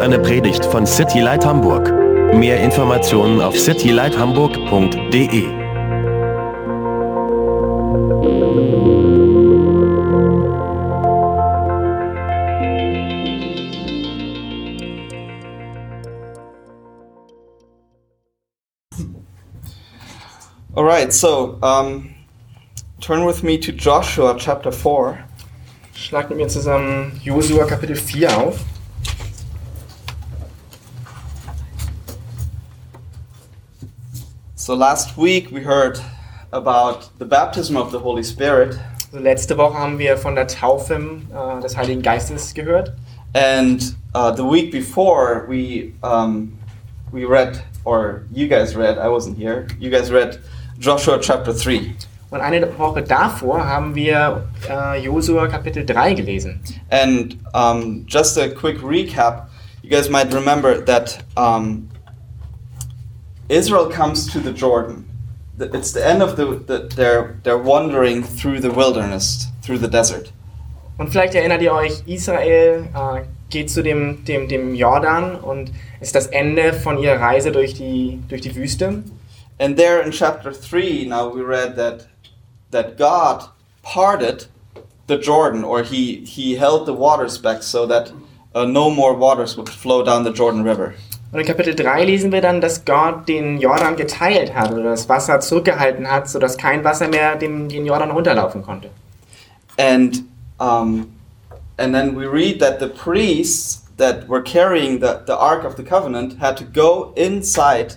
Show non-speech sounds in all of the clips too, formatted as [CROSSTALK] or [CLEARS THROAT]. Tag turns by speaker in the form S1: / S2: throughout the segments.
S1: eine Predigt von City Light Hamburg. Mehr Informationen auf citylighthamburg.de.
S2: All right, so um, turn with me to Joshua chapter 4.
S3: Schlag mit mir zusammen Josua Kapitel 4 auf.
S2: So last week we heard about the baptism of the Holy Spirit,
S3: Also letzte Woche haben wir von der Taufe äh, des Heiligen Geistes gehört.
S2: and uh, the week before we um, we read, or you guys read, I wasn't here. You guys read Joshua chapter three,
S3: Und eine Woche davor haben wir äh, Josua Kapitel 3 gelesen.
S2: and um, just a quick recap. You guys might remember that um, Israel comes to the Jordan. The- It's the end of the, the their their wandering through the wilderness, through the desert.
S3: Und vielleicht erinnert ihr euch, Israel äh, geht zu dem, dem, dem Jordan und ist das Ende von ihrer Reise durch die, durch die Wüste.
S2: And there in chapter 3, now we read that that God parted the Jordan or he he held the waters back so that uh, no more waters would flow down the Jordan River.
S3: Und in Kapitel 3 lesen wir dann, dass Gott den Jordan geteilt hat oder das Wasser zurückgehalten hat, sodass kein Wasser mehr dem, den Jordan runterlaufen konnte.
S2: And um, and then we read that the priests that were carrying the, the Ark of the Covenant had to go inside,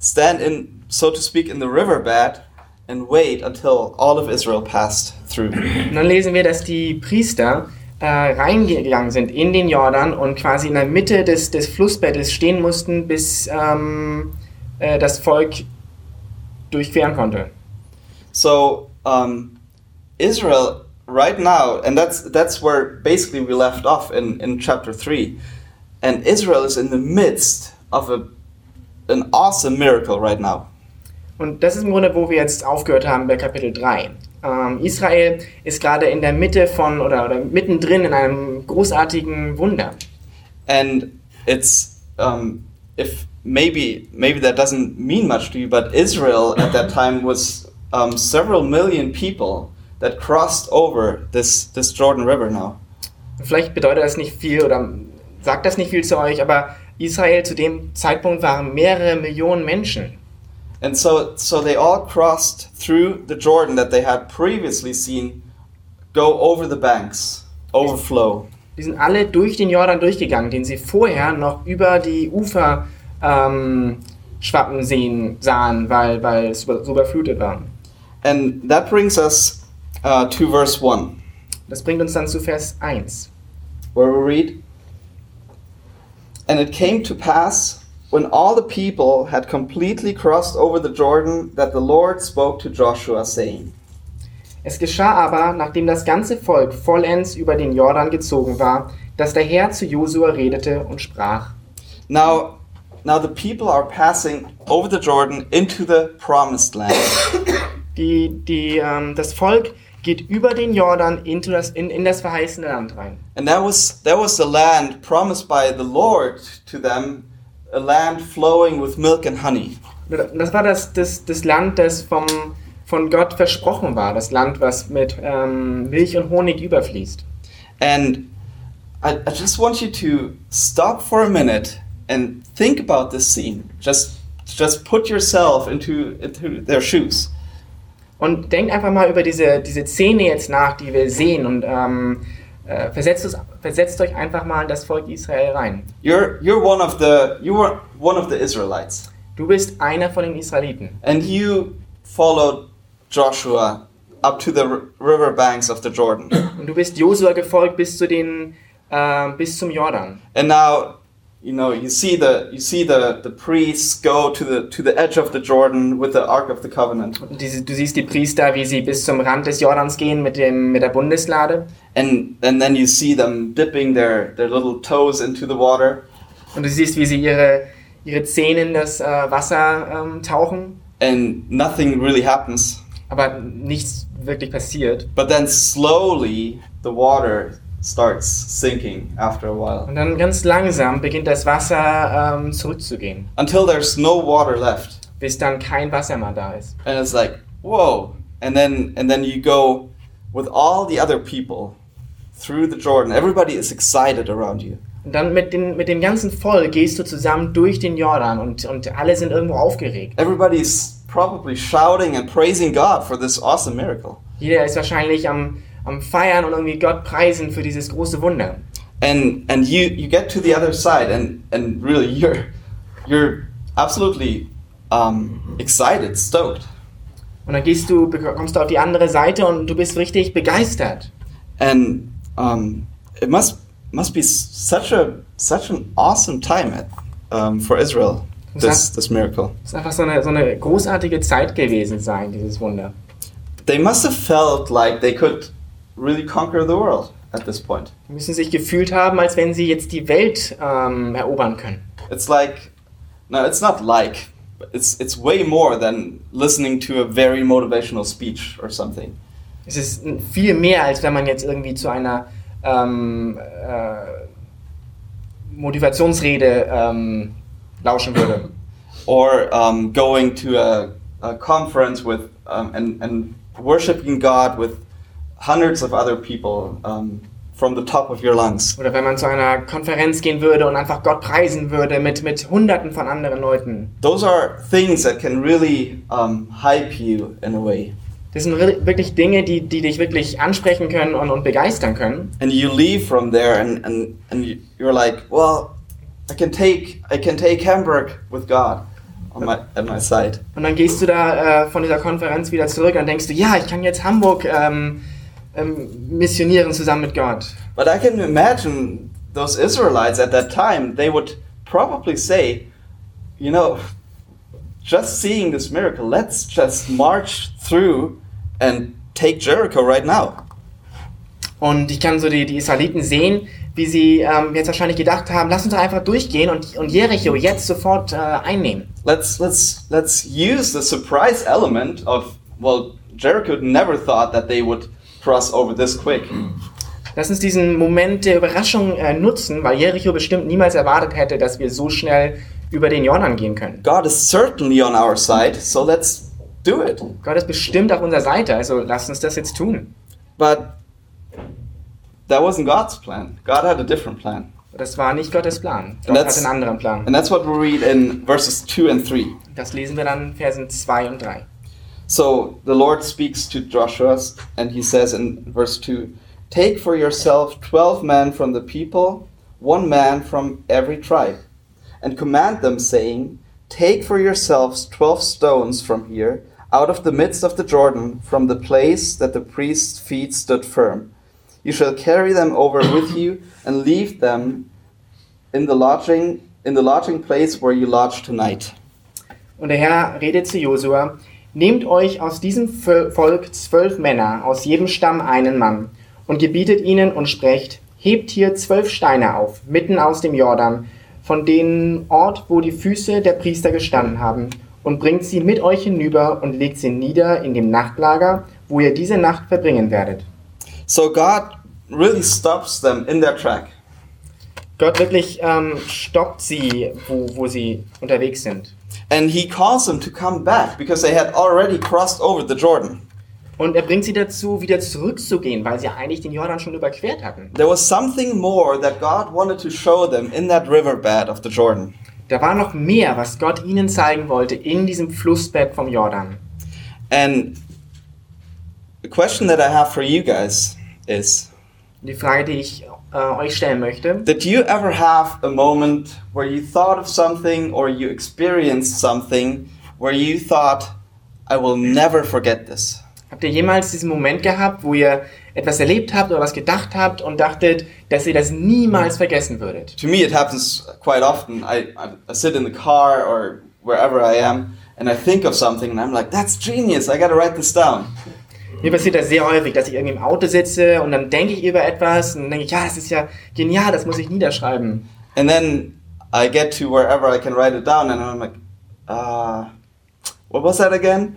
S2: stand in, so to speak, in the riverbed and wait until all of Israel passed through.
S3: Und dann lesen wir, dass die Priester äh, reingegangen sind in den Jordan und quasi in der Mitte des, des Flussbettes stehen mussten, bis ähm, äh, das Volk durchqueren konnte.
S2: So um, Israel right now, and that's that's where basically we left off in, in chapter three, and Israel is in the midst of a an awesome miracle right now.
S3: Und das ist im Grunde, wo wir jetzt aufgehört haben bei Kapitel 3. Ähm, Israel ist gerade in der Mitte von oder, oder mittendrin in einem großartigen Wunder.
S2: And it's um, if maybe maybe that doesn't mean much to you, but Israel at that time was um, several million people that crossed over this this Jordan River now.
S3: Vielleicht bedeutet das nicht viel oder sagt das nicht viel zu euch, aber Israel zu dem Zeitpunkt waren mehrere Millionen Menschen.
S2: And so, so they all crossed through the Jordan that they had previously seen go over the banks, overflow.
S3: Die sind alle durch den Jordan durchgegangen, den sie vorher noch über die Ufer ähm, schwappen sehen, sahen, weil, weil es über, so überflutet war.
S2: And that brings us uh, to verse 1,
S3: Das bringt uns dann zu Vers 1.
S2: where we read And it came to pass, when all the people had completely crossed over the Jordan, that the Lord spoke to Joshua, saying,
S3: Es geschah aber, nachdem das ganze Volk vollends über den Jordan gezogen war, dass der Herr zu Josua redete und sprach.
S2: Now, now the people are passing over the Jordan into the promised land.
S3: Die, die, ähm, das Volk geht über den Jordan into das, in, in das verheißene Land rein.
S2: And that was that was the land promised by the Lord to them, a land flowing with milk and honey.
S3: Und Das war das, das, das Land, das vom, von Gott versprochen war. Das Land, was mit ähm, Milch und Honig überfließt.
S2: And I, I just want you to stop for a minute and think about this scene. Just just put yourself into into their shoes.
S3: Und denkt einfach mal über diese, diese Szene jetzt nach, die wir sehen. Und ähm, äh, versetzt, es, versetzt euch einfach mal in das Volk Israel rein.
S2: You're you're one of the you were one of the Israelites,
S3: Du bist einer von den Israeliten.
S2: and you followed Joshua up to the r- river banks of the Jordan. [COUGHS]
S3: Und du bist Josua gefolgt bis, zu den, äh, bis zum Jordan.
S2: And now, you know, you see the you see the the priests go to the to the edge of the Jordan with the Ark of the Covenant.
S3: Und diese, du siehst die Priester, wie sie bis zum Rand des Jordans gehen mit, dem, mit der Bundeslade.
S2: And and then you see them dipping their their little toes into the water.
S3: Und du siehst, wie sie ihre, ihre Zähne in das äh, Wasser ähm, tauchen,
S2: And nothing really happens.
S3: aber nichts wirklich passiert.
S2: But then slowly the water starts sinking after a while
S3: Und dann ganz langsam beginnt das Wasser ähm, zurückzugehen,
S2: until there's no water left.
S3: bis dann kein Wasser mehr da ist.
S2: And it's like, whoa. And then and then you go with all the other people through the Jordan. Everybody is excited around you.
S3: Und dann mit, den, mit dem ganzen Volk gehst du zusammen durch den Jordan und, und alle sind irgendwo aufgeregt.
S2: Everybody's probably shouting and praising God for this awesome miracle.
S3: Jeder ist wahrscheinlich am, am Feiern und irgendwie Gott preisen für dieses große Wunder.
S2: And and you you get to the other side and and really [LAUGHS] you're you're absolutely um, excited, stoked.
S3: Und dann gehst du, kommst du auf die andere Seite und du bist richtig begeistert.
S2: and um, it must must be s- such a such an awesome time at, um, for Israel. This
S3: Exact-
S2: this miracle.
S3: Es ist einfach so eine, so eine großartige Zeit gewesen sein, dieses Wunder.
S2: They must have felt like they could really conquer the world at this point.
S3: Die müssen sich gefühlt haben, als wenn sie jetzt die Welt ähm, erobern können.
S2: It's like no, it's not like but it's it's way more than listening to a very motivational speech or something.
S3: Es ist viel mehr, als wenn man jetzt irgendwie zu einer ähm, äh, Motivationsrede ähm, lauschen würde.
S2: or um, going to a, a conference with um, and, and worshiping God with hundreds of other people um, from the top of your lungs.
S3: Oder wenn man zu einer Konferenz gehen würde und einfach Gott preisen würde mit, mit Hunderten von anderen Leuten.
S2: Those are things that can really um, hype you in a way.
S3: Das sind re- wirklich Dinge, die, die dich wirklich ansprechen können und, und begeistern können.
S2: And you leave from there and, and, and you- you're like, well, I can take I can take Hamburg with God on my at my side.
S3: Und dann gehst du da äh, von dieser Konferenz wieder zurück und denkst du, ja, ich kann jetzt Hamburg ähm, ähm, missionieren zusammen mit Gott.
S2: But I can imagine those Israelites at that time, they would probably say, you know, just seeing this miracle, let's just march through and take Jericho right now.
S3: Und ich kann so die, die Israeliten sehen, wie sie ähm, jetzt wahrscheinlich gedacht haben, lass uns doch einfach durchgehen und, und Jericho jetzt sofort äh, einnehmen.
S2: Let's let's let's use the surprise element of well, Jericho never thought that they would cross over this quick. [CLEARS THROAT]
S3: Lass uns diesen Moment der Überraschung äh, nutzen, weil Jericho bestimmt niemals erwartet hätte, dass wir so schnell über den Jordan gehen können.
S2: God is certainly on our side, so let's do it.
S3: Gott ist bestimmt auf unserer Seite, also lass uns das jetzt tun.
S2: But that wasn't God's plan. God had a different plan.
S3: Das war nicht Gottes Plan.
S2: And
S3: Gott hat
S2: that's-
S3: einen anderen Plan.
S2: And that's what we read in verses 2 and 3.
S3: Das lesen wir dann in Versen 2 und 3.
S2: So the Lord speaks to Joshua, and he says in verse 2 Take for yourself 12 men from the people, one man from every tribe, and command them, saying, Take for yourselves 12 stones from here, out of the midst of the Jordan, from the place that the priest's feet stood firm. You shall carry them over with you, and leave them in the lodging in the lodging place where you lodge tonight.
S3: Und der Herr redet zu Josua, nehmt euch aus diesem Vö- Volk zwölf Männer, aus jedem Stamm einen Mann, und gebietet ihnen und sprecht, hebt hier zwölf Steine auf, mitten aus dem Jordan, von dem Ort, wo die Füße der Priester gestanden haben, und bringt sie mit euch hinüber und legt sie nieder in dem Nachtlager, wo ihr diese Nacht verbringen werdet.
S2: So God really stops them in their track.
S3: Gott wirklich ähm, stoppt sie, wo, wo sie unterwegs sind.
S2: And he calls them to come back because they had already crossed over the Jordan.
S3: Und er bringt sie dazu, wieder zurückzugehen, weil sie eigentlich den Jordan schon überquert hatten.
S2: There was something more that God wanted to show them in that riverbed of the Jordan.
S3: Da war noch mehr, was Gott ihnen zeigen wollte in diesem Flussbett vom Jordan.
S2: And the question that I have for you guys is
S3: Die Frage, die ich äh, euch stellen möchte,
S2: Did you ever have a moment where you thought of something or you experienced something where you thought, I will never forget this?
S3: habt ihr jemals diesen Moment gehabt, wo ihr etwas erlebt habt oder was gedacht habt und dachtet, dass ihr das niemals vergessen würdet?
S2: to me it happens quite often I, I, I sit in the car or wherever i am and i think of something and i'm like that's genius i gotta write this down
S3: Mir passiert das sehr häufig, dass ich irgendwie im Auto sitze und dann denke ich über etwas und dann denke ich, ja, das ist ja genial, das muss ich niederschreiben.
S2: and then i get to wherever i can write it down and i'm like uh, what was that again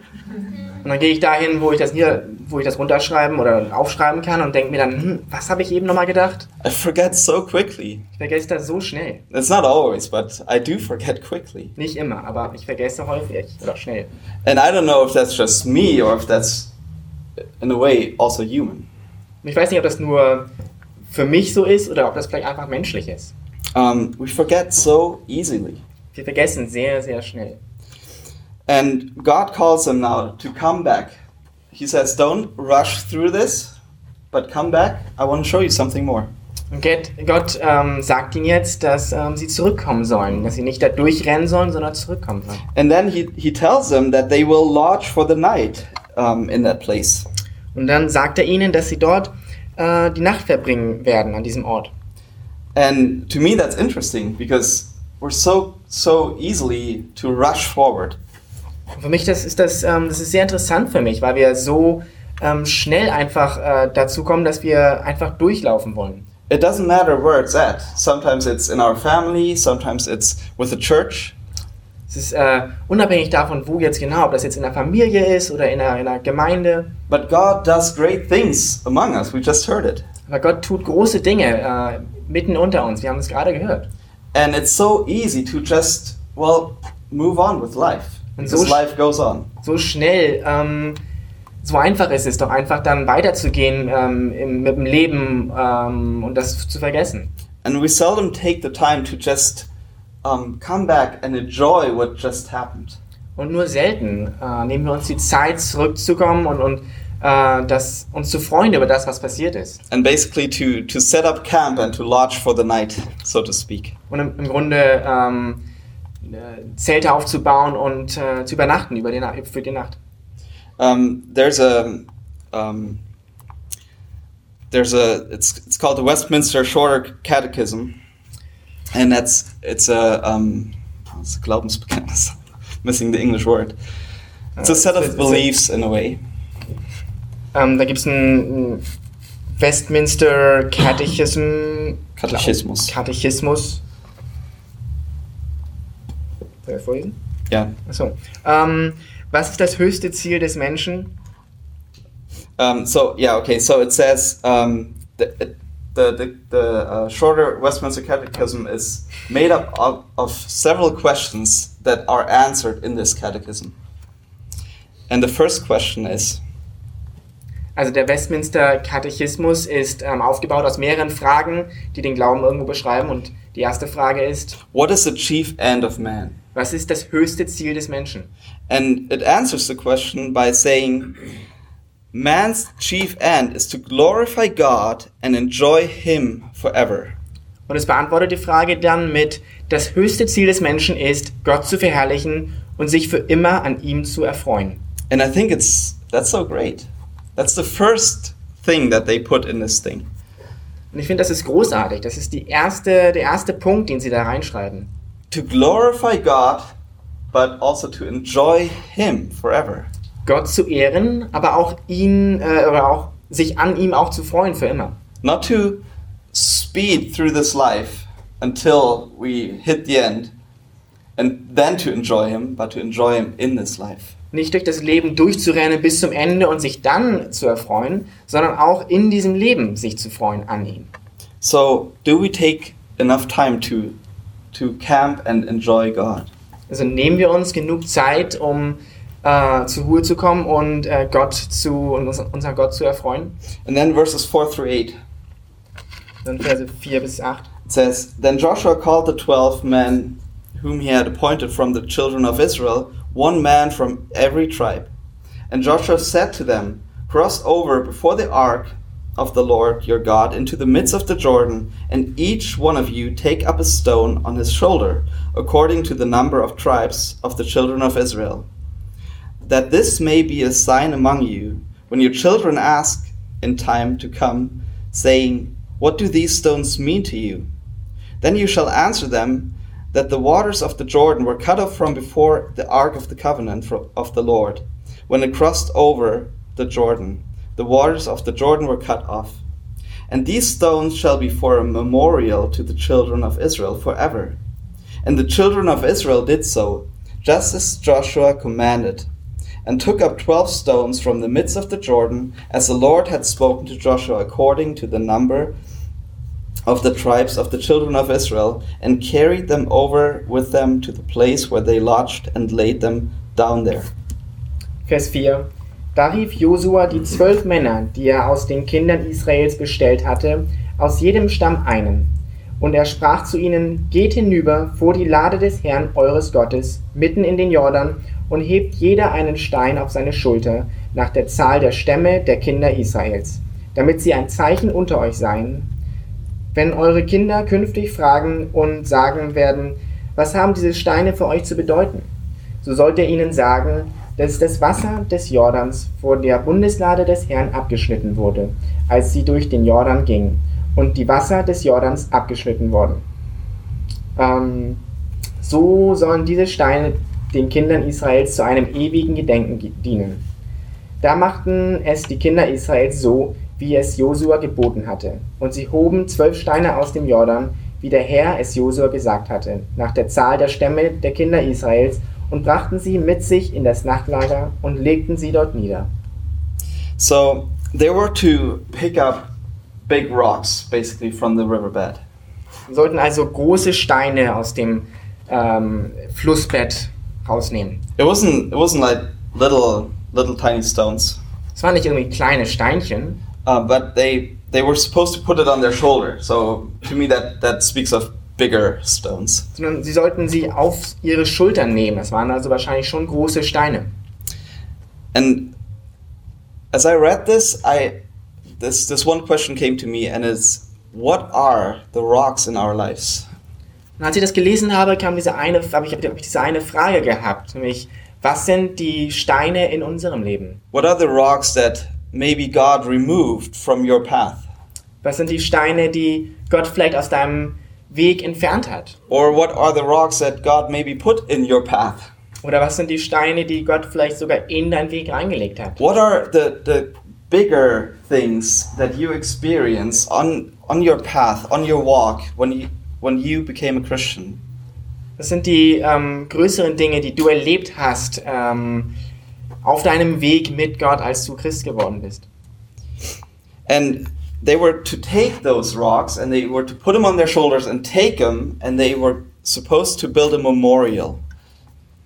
S3: Und dann gehe ich dahin, wo ich das hier, wo ich das runterschreiben oder aufschreiben kann und denke mir dann, hm, was habe ich eben nochmal gedacht?
S2: I forget so quickly.
S3: Ich vergesse das so schnell.
S2: It's not always, but I do forget quickly.
S3: Nicht immer, aber ich vergesse häufig oder schnell.
S2: And I don't know if that's just me or if that's, in a way, also human.
S3: Und ich weiß nicht, ob das nur für mich so ist oder ob das vielleicht einfach menschlich ist.
S2: Um, we forget so easily.
S3: Wir vergessen sehr, sehr schnell.
S2: And God calls them now to come back. He says, Don't rush through this, but come back. I want to show you something more.
S3: Und Gott, Gott ähm, sagt ihnen jetzt, dass ähm, sie zurückkommen sollen, dass sie nicht da durchrennen sollen, sondern zurückkommen sollen.
S2: And then he, he tells them that they will lodge for the night um, in that place.
S3: Und dann sagt er ihnen, dass sie dort äh, die Nacht verbringen werden an diesem Ort.
S2: And to me, that's interesting because we're so, so easily to rush forward.
S3: Und für mich das ist das, ähm, das ist sehr interessant für mich, weil wir so ähm, schnell einfach äh, dazu kommen, dass wir einfach durchlaufen wollen.
S2: It doesn't matter where it's at. Sometimes it's in our family, sometimes it's with the church.
S3: Es ist äh, unabhängig davon, wo jetzt genau, ob das jetzt in der Familie ist oder in einer, in einer Gemeinde.
S2: But God does great things among us. We just heard it.
S3: Aber Gott tut große Dinge äh, mitten unter uns. Wir haben es gerade gehört.
S2: And it's so easy to just, well, move on with life.
S3: And
S2: Because
S3: so-
S2: life goes on.
S3: So schnell, ähm, so einfach ist es doch einfach dann weiterzugehen ähm, im, mit dem Leben ähm, und das zu vergessen.
S2: And we seldom take the time to just um, come back and enjoy what just happened.
S3: Und nur selten äh, nehmen wir uns die Zeit, zurückzukommen und, und äh, das, uns zu freuen über das, was passiert ist.
S2: And basically to, to set up camp and to lodge for the night, so to speak.
S3: Und im, im Grunde ähm, äh, Zelte aufzubauen und äh, zu übernachten über die Na für die Nacht.
S2: Um, there's a um, there's a it's it's called the Westminster Shorter Catechism, and that's it's a um, it's a Glaubensbekenntnis, [LAUGHS] missing the English word. Uh, It's a set
S3: Äh,
S2: of beliefs in a way.
S3: Ähm, da gibt es ein ein Westminster Catechism.
S2: Katechismus.
S3: Katechismus. Soll ich vorlesen?
S2: Yeah.
S3: Achso. Ähm, was ist das höchste Ziel des Menschen?
S2: Um, so yeah, okay. So it says um, the, it, the the the uh, shorter Westminster Catechism is made up of, of several questions that are answered in this catechism. And the first question is,
S3: Also der Westminster Katechismus ist ähm, aufgebaut aus mehreren Fragen, die den Glauben irgendwo beschreiben. Und die erste Frage ist,
S2: what is the chief end of man?
S3: was ist das höchste Ziel des Menschen?
S2: And it answers the question by saying, man's chief end is to glorify God and enjoy Him forever.
S3: Und es beantwortet die Frage dann mit, das höchste Ziel des Menschen ist, Gott zu verherrlichen und sich für immer an ihm zu erfreuen.
S2: And I think it's that's so great. That's the first thing that they put in this thing.
S3: Und ich finde, das ist großartig. Das ist die erste, der erste Punkt, den sie da reinschreiben.
S2: to glorify God, but also to enjoy Him forever.
S3: Gott zu ehren, aber auch ihn, äh, oder auch sich an ihm auch zu freuen für immer.
S2: Not to speed through this life until we hit the end, and then to enjoy Him, but to enjoy Him in this life.
S3: Nicht durch das Leben durchzurennen bis zum Ende und sich dann zu erfreuen, sondern auch in diesem Leben sich zu freuen an ihm.
S2: So, do we take enough time to to camp and enjoy God?
S3: Also nehmen wir uns genug Zeit, um äh, zur Ruhe zu kommen und äh, Gott zu und uns, unseren Gott zu erfreuen.
S2: And then verses four through eight.
S3: Dann Verse 4 bis 8.
S2: It says, Then Joshua called the twelve men whom he had appointed from the children of Israel, one man from every tribe. And Joshua said to them, Cross over before the ark of the Lord your God into the midst of the Jordan, and each one of you take up a stone on his shoulder, according to the number of tribes of the children of Israel. That this may be a sign among you, when your children ask in time to come, saying, What do these stones mean to you? Then you shall answer them that the waters of the Jordan were cut off from before the ark of the covenant fro- of the Lord. When it crossed over the Jordan, the waters of the Jordan were cut off. And these stones shall be for a memorial to the children of Israel forever. And the children of Israel did so, just as Joshua commanded. and took up twelve stones from the midst of the Jordan, as the Lord had spoken to Joshua according to the number of the tribes of the children of Israel, and carried them over with them to the place where they lodged, and laid them down there.
S3: Vers 4. Da rief Josua die zwölf Männer, die er aus den Kindern Israels bestellt hatte, aus jedem Stamm einen. Und er sprach zu ihnen, geht hinüber vor die Lade des Herrn eures Gottes, mitten in den Jordan, und hebt jeder einen Stein auf seine Schulter, nach der Zahl der Stämme der Kinder Israels, damit sie ein Zeichen unter euch seien. Wenn eure Kinder künftig fragen und sagen werden, was haben diese Steine für euch zu bedeuten? So sollt ihr ihnen sagen, dass das Wasser des Jordans vor der Bundeslade des Herrn abgeschnitten wurde, als sie durch den Jordan ging, und die Wasser des Jordans abgeschnitten wurden. Ähm, so sollen diese Steine den Kindern Israels zu einem ewigen Gedenken ge- dienen. Da machten es die Kinder Israels so, wie es Josua geboten hatte, und sie hoben zwölf Steine aus dem Jordan, wie der Herr es Josua gesagt hatte, nach der Zahl der Stämme der Kinder Israels, und brachten sie mit sich in das Nachtlager und legten sie dort nieder.
S2: So they were to pick up big rocks, basically, from the riverbed.
S3: Sie sollten also große Steine aus dem ähm, Flussbett rausnehmen.
S2: It wasn't. It wasn't like little, little tiny stones,
S3: Es waren nicht irgendwie kleine Steinchen,
S2: uh, but they they were supposed to put it on their shoulder. So to me, that that speaks of bigger stones.
S3: sondern sie sollten sie auf ihre Schultern nehmen. Das waren also wahrscheinlich schon große Steine.
S2: And as I read this, I this this one question came to me, and it's what are the rocks in our lives?
S3: Und als ich das gelesen habe, kam diese eine, habe ich, habe ich diese eine Frage gehabt, nämlich, was sind die Steine in unserem Leben?
S2: What are the rocks that maybe God removed from your path?
S3: Was sind die Steine, die Gott vielleicht aus deinem Weg entfernt hat?
S2: Or what are the rocks that God maybe put in your path?
S3: Oder was sind die Steine, die Gott vielleicht sogar in deinen Weg reingelegt hat?
S2: What are the, the bigger things that you experience on, on your path, on your walk, when you, when you became a Christian?
S3: Was sind die ähm, größeren Dinge, die du erlebt hast ähm, auf deinem Weg mit Gott, als du Christ geworden bist?
S2: And they were to take those rocks and they were to put them on their shoulders and take them, and they were supposed to build a memorial.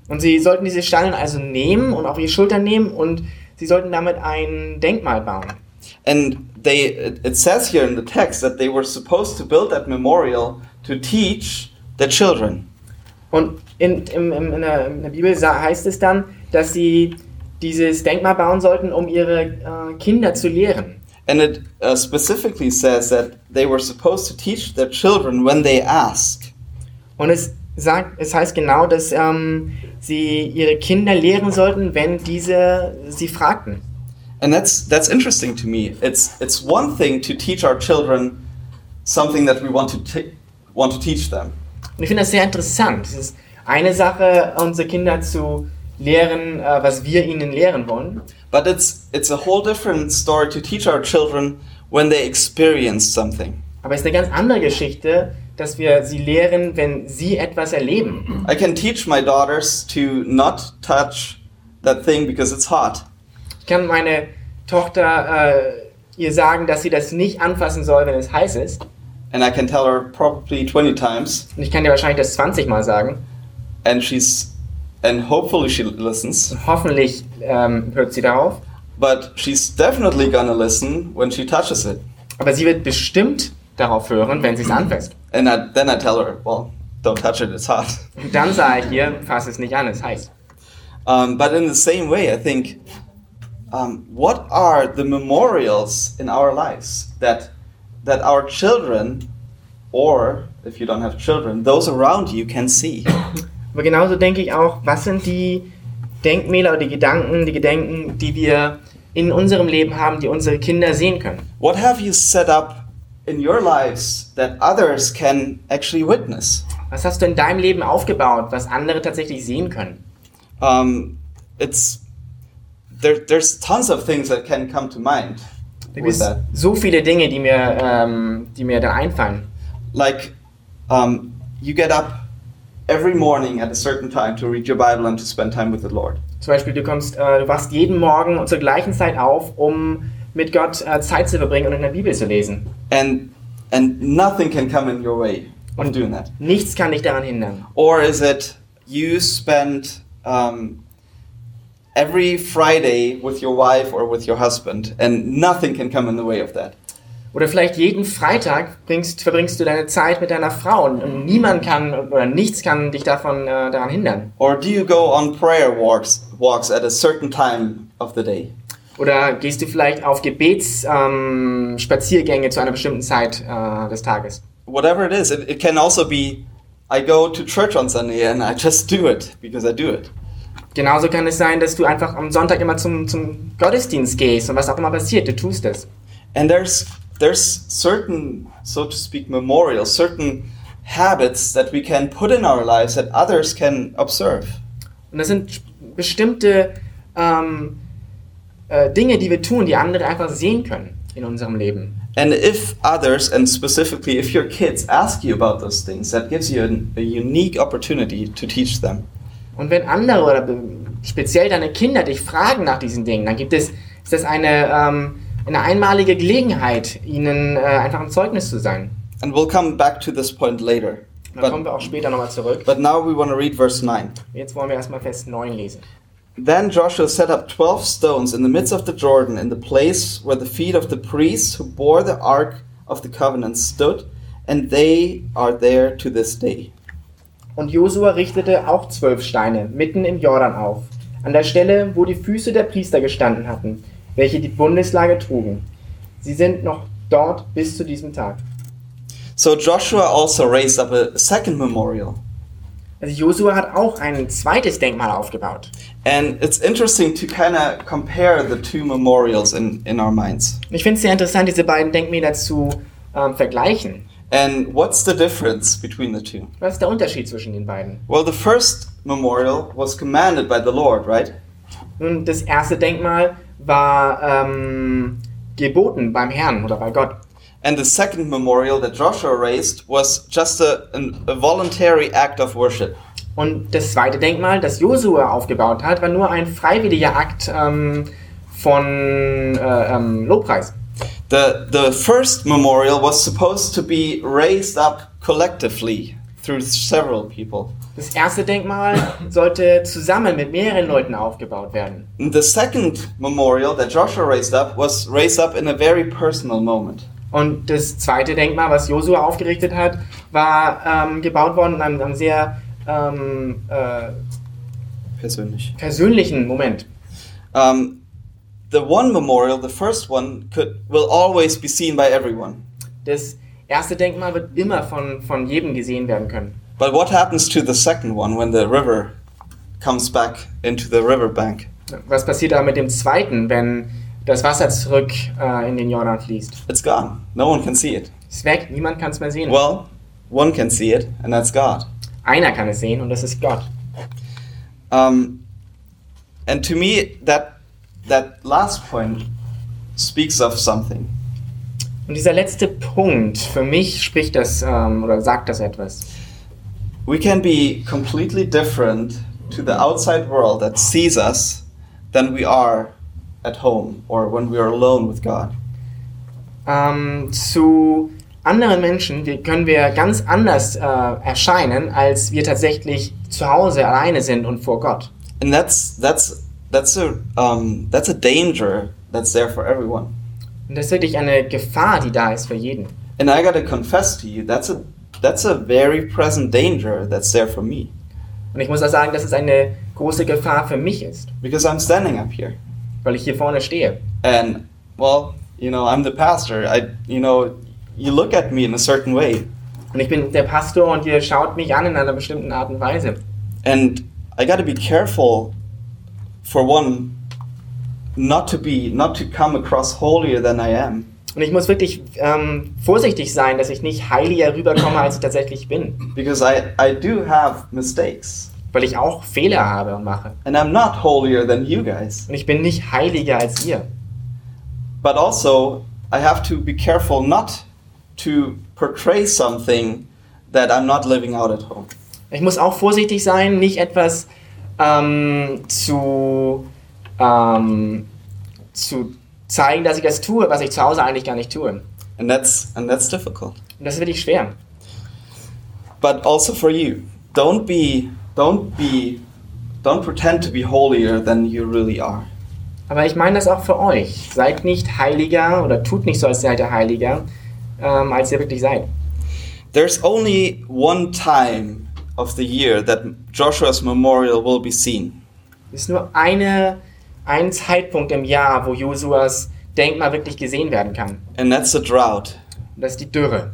S3: Und sie sollten diese Steine also nehmen und auf ihre Schultern nehmen und sie sollten damit ein Denkmal bauen.
S2: And they, it it says here in the text that they were supposed to build that memorial to teach the children.
S3: Und in, im, im, in, der, in der Bibel sa- heißt es dann, dass sie dieses Denkmal bauen sollten, um ihre äh, Kinder zu lehren.
S2: And it uh, specifically says that they were supposed to teach their children when they ask.
S3: Und es, sagt, es heißt genau, dass ähm, sie ihre Kinder lehren sollten, wenn diese sie fragten.
S2: And that's that's interesting to me. It's it's one thing to teach our children something that we want to t- want to teach them,
S3: Und ich finde das sehr interessant. Es ist eine Sache, unsere Kinder zu lehren, äh, was wir ihnen lehren wollen.
S2: but it's it's a whole different story to teach our children when they experience something.
S3: Aber es ist eine ganz andere Geschichte, dass wir sie lehren, wenn sie etwas erleben.
S2: I can teach my daughters to not touch that thing because it's hot.
S3: Ich kann meine Tochter äh, ihr sagen, dass sie das nicht anfassen soll, wenn es heiß ist.
S2: And I can tell her probably 20 times
S3: Und ich kann dir wahrscheinlich das 20 Mal sagen.
S2: and she's and hopefully she listens,
S3: Hoffentlich ähm, hört sie darauf.
S2: but she's definitely going to listen when she touches it.
S3: Aber sie wird bestimmt darauf hören, wenn sie es anfasst.
S2: And I, then I tell her, well, don't touch it, it's hot. [LAUGHS]
S3: Und dann sage ich ihr, fass es nicht an, es ist heiß.
S2: Um, but in the same way, I think, um, what are the memorials in our lives that that our children, or if you don't have children, those around you can see?
S3: Aber genauso denke ich auch, was sind die Denkmäler oder die Gedanken, die Gedenken, die wir in unserem Leben haben, die unsere Kinder sehen können?
S2: what have you set up in your lives that others can actually witness?
S3: Was hast du in deinem Leben aufgebaut, was andere tatsächlich sehen können?
S2: Um, it's there, there's tons of things that can come to mind with
S3: Da gibt es
S2: that.
S3: so viele Dinge, die mir, ähm, die mir da einfallen.
S2: like um, you get up every morning at a certain time to read your bible and to spend time with the lord
S3: Zum Beispiel, du kommst, äh, du wachst jeden Morgen zur gleichen Zeit auf, um mit Gott äh, Zeit zu verbringen und in der Bibel zu lesen.
S2: and and nothing can come in your way of doing that
S3: Nichts kann dich daran hindern.
S2: or is it you spend um, every friday with your wife or with your husband and nothing can come in the way of that
S3: Oder vielleicht jeden Freitag bringst, verbringst du deine Zeit mit deiner Frau und, und niemand kann oder nichts kann dich davon äh, daran hindern.
S2: or do you go on prayer walks walks at a certain time of the day
S3: Oder gehst du vielleicht auf Gebetsspaziergänge ähm, Spaziergänge zu einer bestimmten Zeit äh, des Tages.
S2: whatever it is it, it can also be i go to church on sunday and i just do it because i do it
S3: Genauso kann es sein, dass du einfach am Sonntag immer zum, zum Gottesdienst gehst und was auch immer passiert, du tust es.
S2: and there's there's certain so to speak memorials certain habits that we can put in our lives that others can observe
S3: Und das sind bestimmte ähm, äh, Dinge, die wir tun, die andere einfach sehen können in unserem Leben.
S2: and if others and specifically if your kids ask you about those things that gives you an, a unique opportunity to teach them
S3: Und wenn andere oder be- speziell deine Kinder dich fragen nach diesen Dingen, dann gibt es, ist das eine, ähm, eine einmalige Gelegenheit, ihnen äh, einfach ein Zeugnis zu sein.
S2: and we'll come back to this point later
S3: Da kommen wir
S2: but,
S3: auch später nochmal zurück.
S2: but now we want to read verse 9
S3: Jetzt wollen wir erstmal Vers 9 lesen.
S2: Then Joshua set up twelve stones in the midst of the Jordan, in the place where the feet of the priests who bore the ark of the covenant stood, and they are there to this day.
S3: Und Josua richtete auch zwölf Steine mitten im Jordan auf, an der Stelle, wo die Füße der Priester gestanden hatten, welche die Bundeslage trugen. Sie sind noch dort bis zu diesem Tag.
S2: So Joshua also raised up a second memorial.
S3: Also Josua hat auch ein zweites Denkmal aufgebaut.
S2: And it's interesting to kind of compare the two memorials in, in our minds.
S3: Ich finde es sehr interessant, diese beiden Denkmäler zu ähm, vergleichen.
S2: And what's the difference between the two?
S3: Was ist der Unterschied zwischen den beiden?
S2: Well, the first memorial was commanded by the Lord, right?
S3: Nun, das erste Denkmal war ähm, geboten beim Herrn oder bei Gott.
S2: And the second memorial that Joshua raised was just a, an, a voluntary act of worship.
S3: Und das zweite Denkmal, das Josua aufgebaut hat, war nur ein freiwilliger Akt ähm, von äh, ähm, Lobpreis.
S2: The, the first memorial was supposed to be raised up collectively through several people.
S3: Das erste Denkmal sollte zusammen mit mehreren Leuten aufgebaut werden.
S2: And the second memorial that Joshua raised up was raised up in a very personal moment.
S3: Und das zweite Denkmal, was Josua aufgerichtet hat, war ähm, gebaut worden in einem, einem sehr ähm, äh,
S2: Persönlich.
S3: persönlichen Moment.
S2: Um, the one memorial, the first one, could will always be seen by everyone.
S3: Das erste Denkmal wird immer von, von jedem gesehen werden können.
S2: But what happens to the second one when the river comes back into the riverbank?
S3: Was passiert aber mit dem zweiten, wenn das Wasser zurück äh, in den Jordan fließt?
S2: It's gone. No one can see it.
S3: Ist weg, niemand kann es mehr sehen.
S2: Well, one can see it, and that's God.
S3: Einer kann es sehen und das ist Gott.
S2: Um, and to me, that that last point speaks of something.
S3: Und dieser letzte Punkt, für mich spricht das ähm, oder sagt das etwas.
S2: We can be completely different to the outside world that sees us than we are at home or when we are alone with God.
S3: Ähm, zu anderen Menschen die können wir ganz anders äh, erscheinen, als wir tatsächlich zu Hause alleine sind und vor Gott.
S2: And that's that's that's a um, that's a danger that's there for everyone.
S3: Und das ist wirklich eine Gefahr, die da ist für jeden.
S2: And I gotta confess to you, that's a that's a very present danger that's there for me
S3: Und ich muss auch sagen, dass es eine große Gefahr für mich ist,
S2: because I'm standing up here.
S3: weil ich hier vorne stehe.
S2: and well you know i'm the pastor i you know you look at me in a certain way
S3: Und ich bin der Pastor und ihr schaut mich an in einer bestimmten Art und Weise.
S2: and i got to be careful for one not to be not to come across holier than i am
S3: Und ich muss wirklich ähm, vorsichtig sein, dass ich nicht heiliger rüberkomme, als ich tatsächlich bin.
S2: because i i do have mistakes
S3: Weil ich auch Fehler habe und mache.
S2: and i'm not holier than you guys
S3: Und ich bin nicht heiliger als ihr.
S2: but also i have to be careful not to portray something that i'm not living out at home
S3: Ich muss auch vorsichtig sein, nicht etwas ähm, zu, ähm, zu zeigen, dass ich das tue, was ich zu Hause eigentlich gar nicht tue. Und
S2: and that's and that's difficult.
S3: das ist wirklich schwer.
S2: But also for you, don't be don't be don't pretend to be holier than you really are.
S3: Aber ich meine das auch für euch. Seid nicht heiliger oder tut nicht so, als seid ihr heiliger, ähm, als ihr wirklich seid.
S2: There's only one time of the year that Joshua's memorial will be seen.
S3: Es ist nur eine, ein Zeitpunkt im Jahr, wo Josuas Denkmal wirklich gesehen werden kann.
S2: And that's the drought.
S3: Und das ist die Dürre.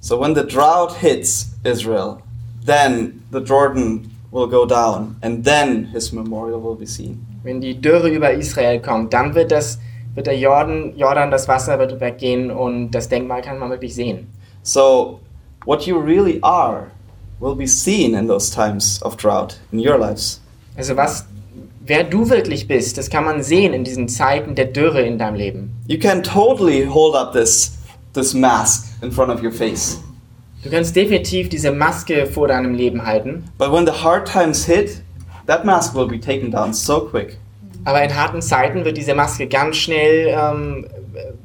S2: So when the drought hits Israel, then the Jordan will go down and then his memorial will be seen.
S3: Wenn die Dürre über Israel kommt, dann wird, das, wird der Jordan, Jordan, das Wasser wird weggehen und das Denkmal kann man wirklich sehen.
S2: So what you really are will be seen in those times of drought in your lives.
S3: Also was, wer du wirklich bist, das kann man sehen in diesen Zeiten der Dürre in deinem Leben.
S2: You can totally hold up this this mask in front of your face.
S3: Du kannst definitiv diese Maske vor deinem Leben halten,
S2: But when the hard times hit, that mask will be taken down so quick.
S3: aber in harten Zeiten wird diese Maske ganz schnell ähm,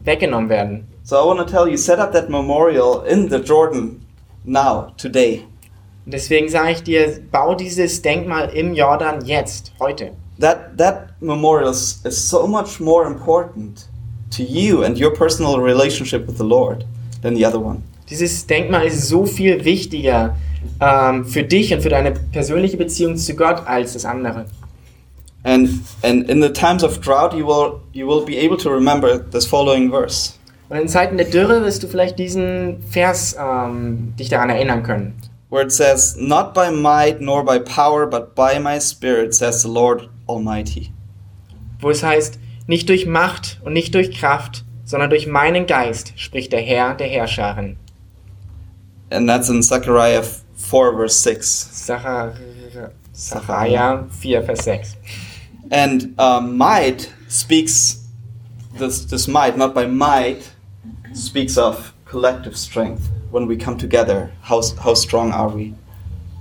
S3: weggenommen werden.
S2: So I want to tell you, set up that memorial in the Jordan now, today.
S3: Und Deswegen sage ich dir, bau dieses Denkmal im Jordan jetzt, heute.
S2: That that memorial is, is so much more important to you and your personal relationship with the Lord than the other one.
S3: Dieses Denkmal ist so viel wichtiger ähm, für dich und für deine persönliche Beziehung zu Gott als das andere.
S2: And and in the times of drought, you will you will be able to remember this following verse.
S3: Und in Zeiten der Dürre wirst du vielleicht diesen Vers ähm, dich daran erinnern können.
S2: where it says, Not by might nor by power, but by my spirit, says the Lord Almighty.
S3: wo es heißt, nicht durch Macht und nicht durch Kraft, sondern durch meinen Geist spricht der Herr der Herrscharen.
S2: And that's in Zechariah 4, verse 6.
S3: Sachar- Sacharja 4, Vers 6.
S2: And uh, might speaks, this, this might, not by might, speaks of collective strength. When we come together, how, how strong are we?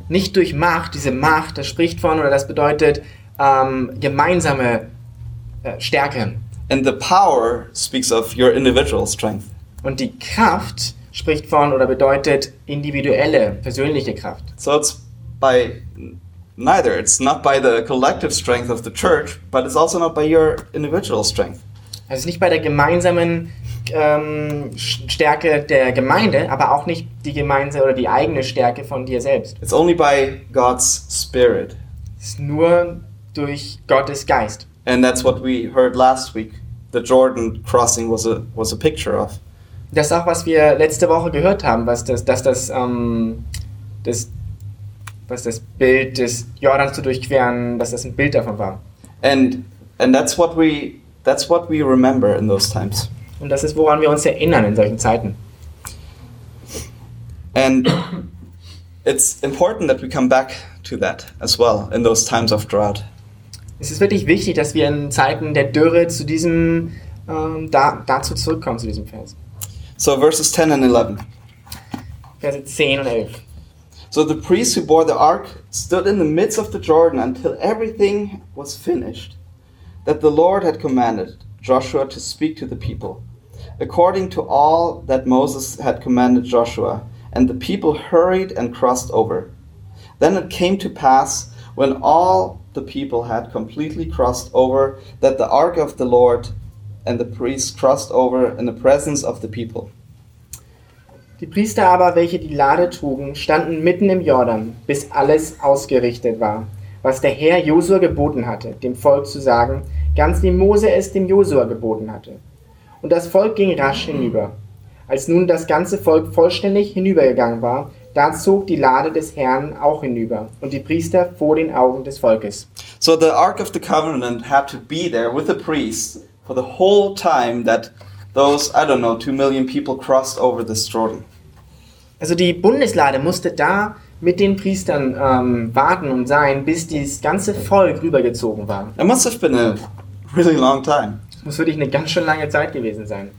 S3: Nicht durch Macht, diese Macht, das spricht von oder das bedeutet ähm, gemeinsame äh, Stärke.
S2: And the power speaks of your individual strength.
S3: Und die Kraft spricht von oder bedeutet individuelle, persönliche Kraft.
S2: So it's by neither. It's not by the collective strength of the church, but it's also not by your individual strength.
S3: Also nicht bei der gemeinsamen ähm, Sch- Stärke der Gemeinde, aber auch nicht die gemeinsame oder die eigene Stärke von dir selbst.
S2: It's only by God's Spirit.
S3: ist nur durch Gottes Geist.
S2: And that's what we heard last week. The Jordan crossing was a was a picture of.
S3: Das ist auch, was wir letzte Woche gehört haben, was das, dass das, ähm, das, was das Bild des Jordans zu durchqueren, dass das ein Bild davon war.
S2: And and that's what we that's what we remember in those times.
S3: Und das ist, woran wir uns erinnern in solchen Zeiten.
S2: And [COUGHS] it's important that we come back to that as well in those times of drought.
S3: Es ist wirklich wichtig, dass wir in Zeiten der Dürre zu diesem, ähm, da, dazu zurückkommen, zu diesem Vers.
S2: So verses 10 and 11.
S3: Verse 10 und 11.
S2: So the priests who bore the ark stood in the midst of the Jordan until everything was finished that the Lord had commanded Joshua to speak to the people, according to all that Moses had commanded Joshua. And the people hurried and crossed over. Then it came to pass, when all the people had completely crossed over, that the ark of the Lord and the priests crossed over in the presence of the people.
S3: Die Priester aber, welche die Lade trugen, standen mitten im Jordan, bis alles ausgerichtet war, was der Herr Josua geboten hatte, dem Volk zu sagen, ganz wie Mose es dem Josua geboten hatte. Und das Volk ging rasch hinüber. Als nun das ganze Volk vollständig hinübergegangen war, da zog die Lade des Herrn auch hinüber und die Priester vor den Augen des Volkes.
S2: So the Ark of the Covenant had to be there with the priests for the whole time that those, I don't know, two million people crossed over this Jordan.
S3: Also die Bundeslade musste da mit den Priestern ähm, warten und sein, bis dieses ganze Volk rübergezogen war.
S2: It must have been a really long time.
S3: Muss wirklich eine ganz schön lange Zeit gewesen sein.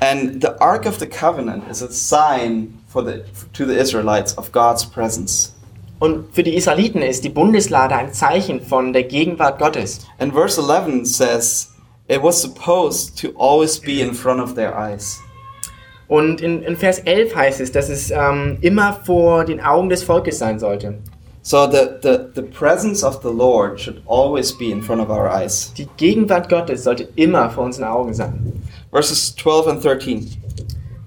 S2: And the Ark of the Covenant is a sign for the, to the Israelites of God's presence.
S3: Und für die Israeliten ist die Bundeslade ein Zeichen von der Gegenwart Gottes.
S2: And verse 11 says, it was supposed to always be in front of their eyes.
S3: Und in, in Vers 11 heißt es, dass es ähm, immer vor den Augen des Volkes sein sollte.
S2: So the, the, the presence of the Lord should always be in front of our eyes.
S3: Die Gegenwart Gottes sollte immer vor unseren Augen sein.
S2: Verses 12 and 13.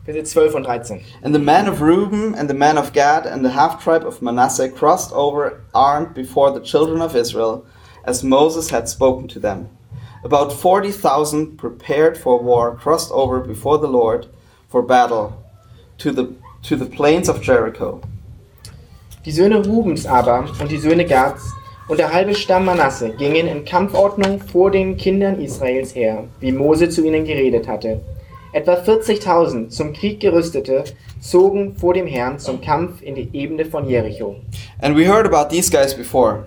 S3: Verse 12 und 13.
S2: And the men of Reuben and the men of Gad and the half tribe of Manasseh crossed over armed before the children of Israel, as Moses had spoken to them. About 40,000 prepared for war crossed over before the Lord for battle to the, to the plains of Jericho.
S3: Die Söhne Rubens aber und die Söhne Gads und der halbe Stamm Manasse gingen in Kampfordnung vor den Kindern Israels her, wie Mose zu ihnen geredet hatte. Etwa 40.000 zum Krieg gerüstete zogen vor dem Herrn zum Kampf in die Ebene von Jericho.
S2: And we heard about these guys before.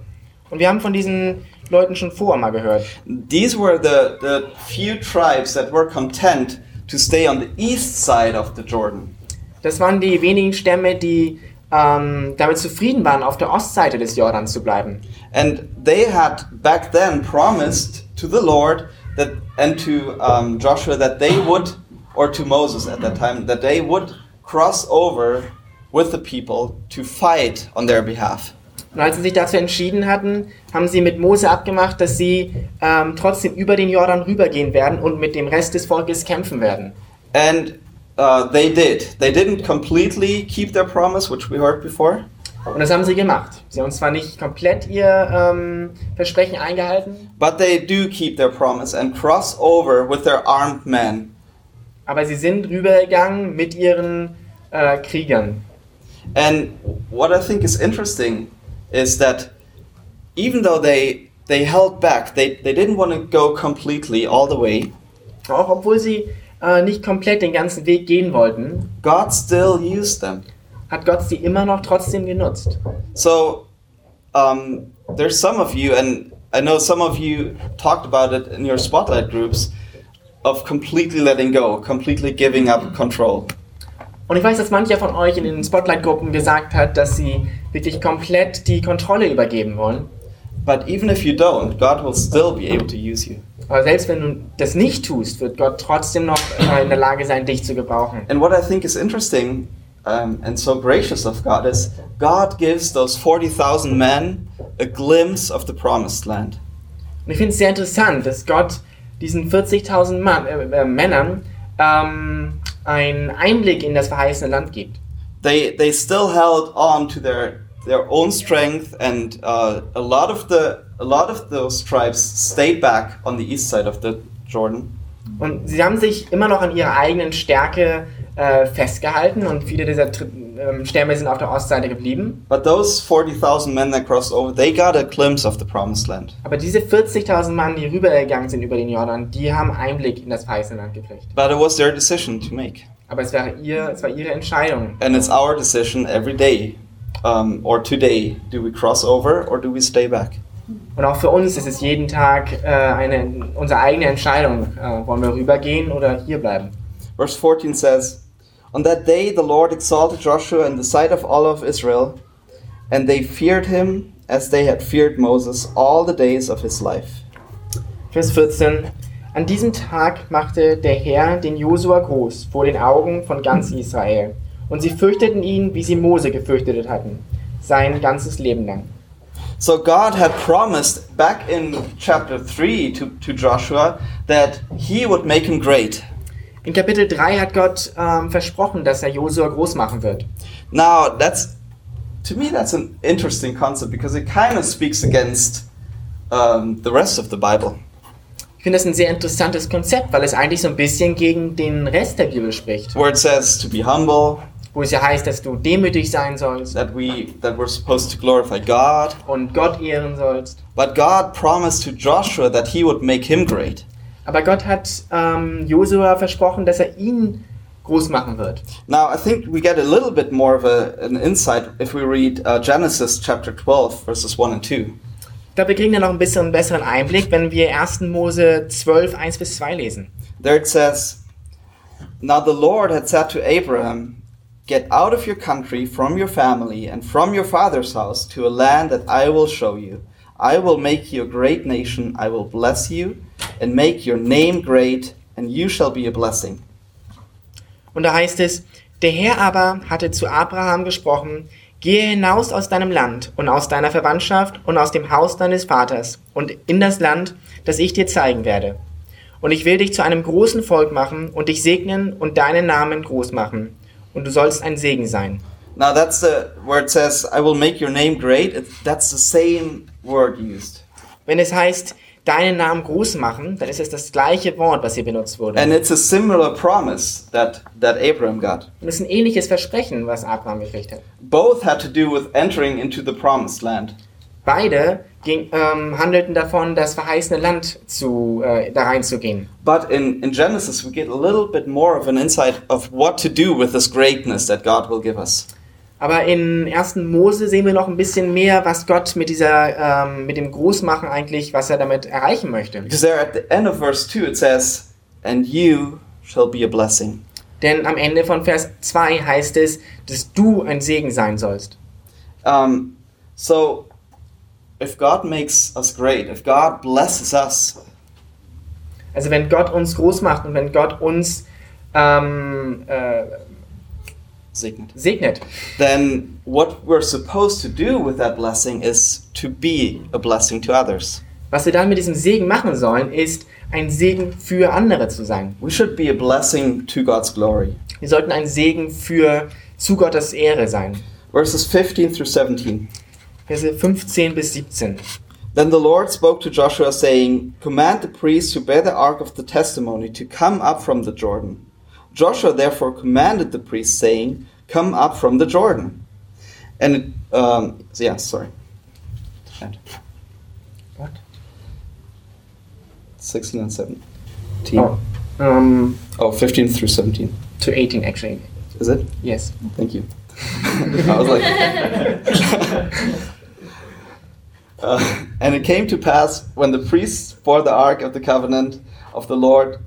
S3: Und wir haben von diesen Leuten schon vorher mal gehört.
S2: These were the, the few tribes that were content to stay on the east side of the Jordan.
S3: Das waren die wenigen Stämme, die ähm, damit zufrieden waren, auf der Ostseite des Jordans zu bleiben.
S2: And they had back then promised to the Lord that and to um, Joshua that they would, or to Moses at that time, that they would cross over with the people to fight on their behalf.
S3: Und als sie sich dazu entschieden hatten, haben sie mit Mose abgemacht, dass sie ähm, trotzdem über den Jordan rübergehen werden und mit dem Rest des Volkes kämpfen werden.
S2: And uh, they did. They didn't completely keep their promise, which we heard before,
S3: Und das haben sie gemacht. Sie haben zwar nicht komplett ihr ähm, Versprechen eingehalten,
S2: but they do keep their promise and cross over with their armed men.
S3: aber sie sind rübergegangen mit ihren äh, Kriegern.
S2: And what I think is interesting is that even though they they held back, they, they didn't want to go completely all the way,
S3: Auch obwohl sie äh, nicht komplett den ganzen Weg gehen wollten,
S2: God still used them.
S3: hat Gott sie immer noch trotzdem genutzt.
S2: So um, there's some of you, and I know some of you talked about it in your spotlight groups, of completely letting go, completely giving up control.
S3: Und ich weiß, dass mancher von euch in den Spotlight-Gruppen gesagt hat, dass sie wirklich komplett die Kontrolle übergeben wollen.
S2: But even if you don't, God will still be able to use you.
S3: Aber selbst wenn du das nicht tust, wird Gott trotzdem noch äh, in der Lage sein, dich zu gebrauchen.
S2: And what I think is interesting um, and so gracious of God is God gives those 40,000 men a glimpse of the promised land.
S3: Und ich finde es sehr interessant, dass Gott diesen 40.000 Mann, äh, äh, Männern ähm, einen Einblick in das verheißene Land gibt.
S2: They, they still held on to their, their own strength, and uh, a, lot of the, a lot of those tribes stayed back on the east side of the Jordan.
S3: Und sie haben sich immer noch an ihrer eigenen Stärke äh, festgehalten und viele dieser Tri ähm, Stämme sind auf der Ostseite geblieben.
S2: But those 40,000 men that crossed over, they got a glimpse of the promised land.
S3: Aber diese 40.000 Mann, die rübergegangen sind über den Jordan, die haben Einblick in das verheißene Land gekriegt.
S2: But it was their decision to make.
S3: Aber es, wäre ihr, es war ihre Entscheidung.
S2: And it's our decision every day um, or today do we cross over or do we stay back?
S3: Und auch für uns ist es jeden Tag äh, eine, unsere eigene Entscheidung. Äh, wollen wir rübergehen oder hier bleiben?
S2: Verse 14 says, On that day the Lord exalted Joshua in the sight of all of Israel, and they feared him as they had feared Moses all the days of his life.
S3: Vers 14. An diesem Tag machte der Herr den Josua groß vor den Augen von ganz Israel. Und sie fürchteten ihn, wie sie Mose gefürchtet hatten, sein ganzes Leben lang.
S2: So God had promised back in chapter 3 to, to Joshua that he would make him great.
S3: In Kapitel 3 hat Gott ähm, versprochen, dass er Josua groß machen wird.
S2: Now, that's to me that's an interesting concept because it kind of speaks against um, the rest of the Bible.
S3: Ich finde das ein sehr interessantes Konzept, weil es eigentlich so ein bisschen gegen den Rest der Bibel spricht,
S2: where it says to be humble,
S3: wo es ja heißt, dass du demütig sein sollst
S2: that we that we're supposed to glorify God.
S3: und Gott ehren sollst.
S2: But God promised to Joshua that he would make him great.
S3: Aber Gott hat ähm, Josua versprochen, dass er ihn groß machen wird.
S2: Now I think we get a little bit more of a, an insight if we read uh, Genesis chapter 12 verses 1 and 2.
S3: Ich glaube, wir kriegen da noch ein bisschen einen besseren Einblick, wenn wir 1. Mose 12, 1 bis 2 lesen.
S2: There it says, Now the Lord had said to Abraham, Get out of your country, from your family, and from your father's house to a land that I will show you. I will make you a great nation. I will bless you and make your name great, and you shall be a blessing.
S3: Und da heißt es, der Herr aber hatte zu Abraham gesprochen, gehe hinaus aus deinem Land und aus deiner Verwandtschaft und aus dem Haus deines Vaters und in das Land, das ich dir zeigen werde. Und ich will dich zu einem großen Volk machen und dich segnen und deinen Namen groß machen. Und du sollst ein Segen sein.
S2: Now that's the where it says, "I will make your name great." It, that's the same word used,
S3: Wenn es heißt, deinen Namen groß machen, dann ist es das gleiche Wort, was hier benutzt wurde.
S2: and it's a similar promise that that Abraham got.
S3: Und es ist ein ähnliches Versprechen, was Abraham gekriegt hat.
S2: Both had to do with entering into the promised land.
S3: Beide ging, ähm, handelten davon, das verheißene Land zu, äh, da reinzugehen.
S2: But in, in Genesis, we get a little bit more of an insight of what to do with this greatness that God will give us.
S3: Aber in 1. Mose sehen wir noch ein bisschen mehr, was Gott mit dieser, ähm, mit dem Großmachen eigentlich, was er damit erreichen möchte.
S2: Because there at the end of verse 2, it says, And you shall be a blessing.
S3: Denn am Ende von Vers 2 heißt es, dass du ein Segen sein sollst.
S2: Um, so, if God makes us great, if God blesses us,
S3: Also wenn Gott uns groß macht und wenn Gott uns ähm, äh,
S2: segnet,
S3: segnet,
S2: then what we're supposed to do with that blessing is to be a blessing to others.
S3: was wir dann mit diesem Segen machen sollen, ist ein Segen für andere zu sein.
S2: We should be a blessing to God's glory.
S3: Wir sollten ein Segen für zu Gottes Ehre sein.
S2: Verses 15 through 17.
S3: Verse 15 bis 17.
S2: Then the Lord spoke to Joshua, saying, Command the priests who bear the ark of the testimony to come up from the Jordan. Joshua therefore commanded the priests, saying, Come up from the Jordan. And it, um, yeah, sorry. And
S3: What?
S2: 16 and 17.
S3: Oh, ähm,
S2: oh, 15 through 17.
S3: to 18 actually.
S2: Is it?
S3: Yes.
S2: Thank you. I
S3: [LAUGHS]
S2: was like. [LAUGHS] Uh, and it came to pass when the priests bore the ark of the covenant of the Lord,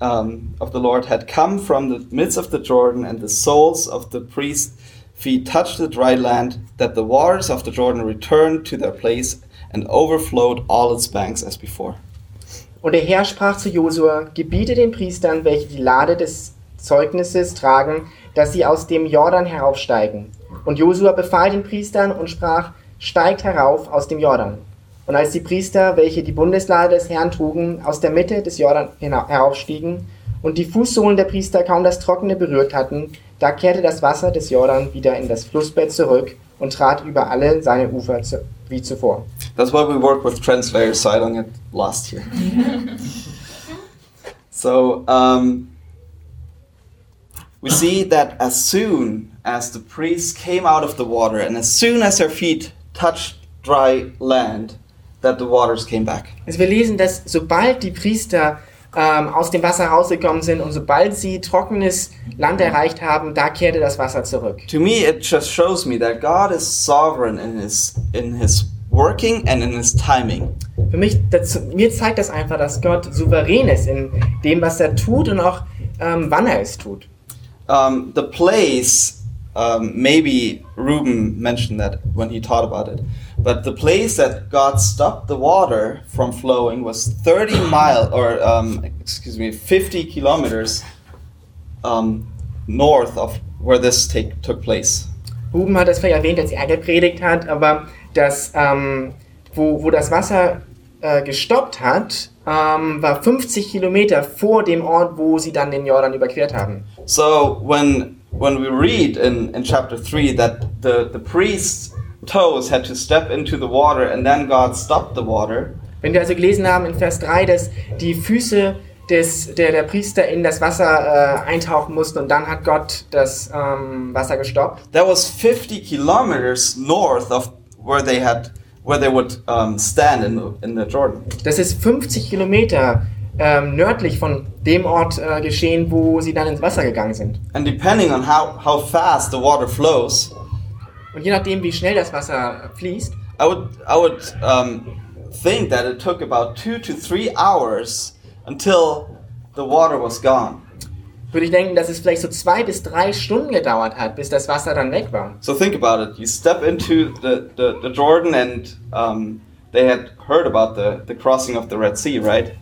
S2: um, of the Lord had come from the midst of the Jordan, and the soles of the priests' feet touched the dry land, that the waters of the Jordan returned to their place and overflowed all its banks as before.
S3: Und der Herr sprach zu Josua: Gebiete den Priestern, welche die Lade des Zeugnisses tragen, dass sie aus dem Jordan heraufsteigen. Und Josua befahl den Priestern und sprach: Steigt herauf aus dem Jordan. Und als die Priester, welche die Bundeslade des Herrn trugen, aus der Mitte des Jordan hina- heraufstiegen und die Fußsohlen der Priester kaum das Trockene berührt hatten, da kehrte das Wasser des Jordan wieder in das Flussbett zurück und trat über alle seine Ufer zu, wie zuvor.
S2: That's why we work with translators, so I don't get lost here. so um, we see that as soon as the priests came out of the water, and as soon as their feet touched dry land, that the waters came back.
S3: Also wir lesen, dass sobald die Priester ähm, aus dem Wasser rausgekommen sind und sobald sie trockenes Land erreicht haben, da kehrte das Wasser zurück.
S2: To me, it just shows me that God is sovereign in His in His working and in His timing.
S3: Für mich, das, mir zeigt das einfach, dass Gott souverän ist in dem, was er tut und auch ähm, wann er es tut.
S2: um, the place um, maybe Ruben mentioned that when he taught about it but the place that god stopped the water from flowing was 30 [COUGHS] mile or um, excuse me 50 kilometers um, north of where this take, took place
S3: Ruben hat das vielleicht erwähnt, als er gepredigt hat, aber das, ähm, wo, wo das Wasser äh, gestoppt hat, ähm, war 50 Kilometer vor dem Ort, wo sie dann den Jordan überquert haben.
S2: so when when we read in, in chapter 3 that the, the priest's toes had to step into the water and then god stopped the water
S3: Wenn wir also gelesen haben in Vers 3, dass die Füße des, der, der Priester in das Wasser äh, eintauchen mussten und dann hat Gott das ähm, Wasser gestoppt.
S2: that was 50 kilometers north of where they had where they would um, stand in the, in the Jordan.
S3: Das ist 50 Kilometer ähm, nördlich von dem Ort äh, geschehen, wo sie dann ins Wasser gegangen sind.
S2: And depending on how, how fast the water flows,
S3: Und je nachdem, wie schnell das Wasser fließt,
S2: I would I would um, think that it took about two to three hours until the water was gone.
S3: würde ich denken, dass es vielleicht so zwei bis drei Stunden gedauert hat, bis das Wasser dann weg war.
S2: So think about it. You step into the, the, the Jordan, and um, they had heard about the, the crossing of the Red Sea, right?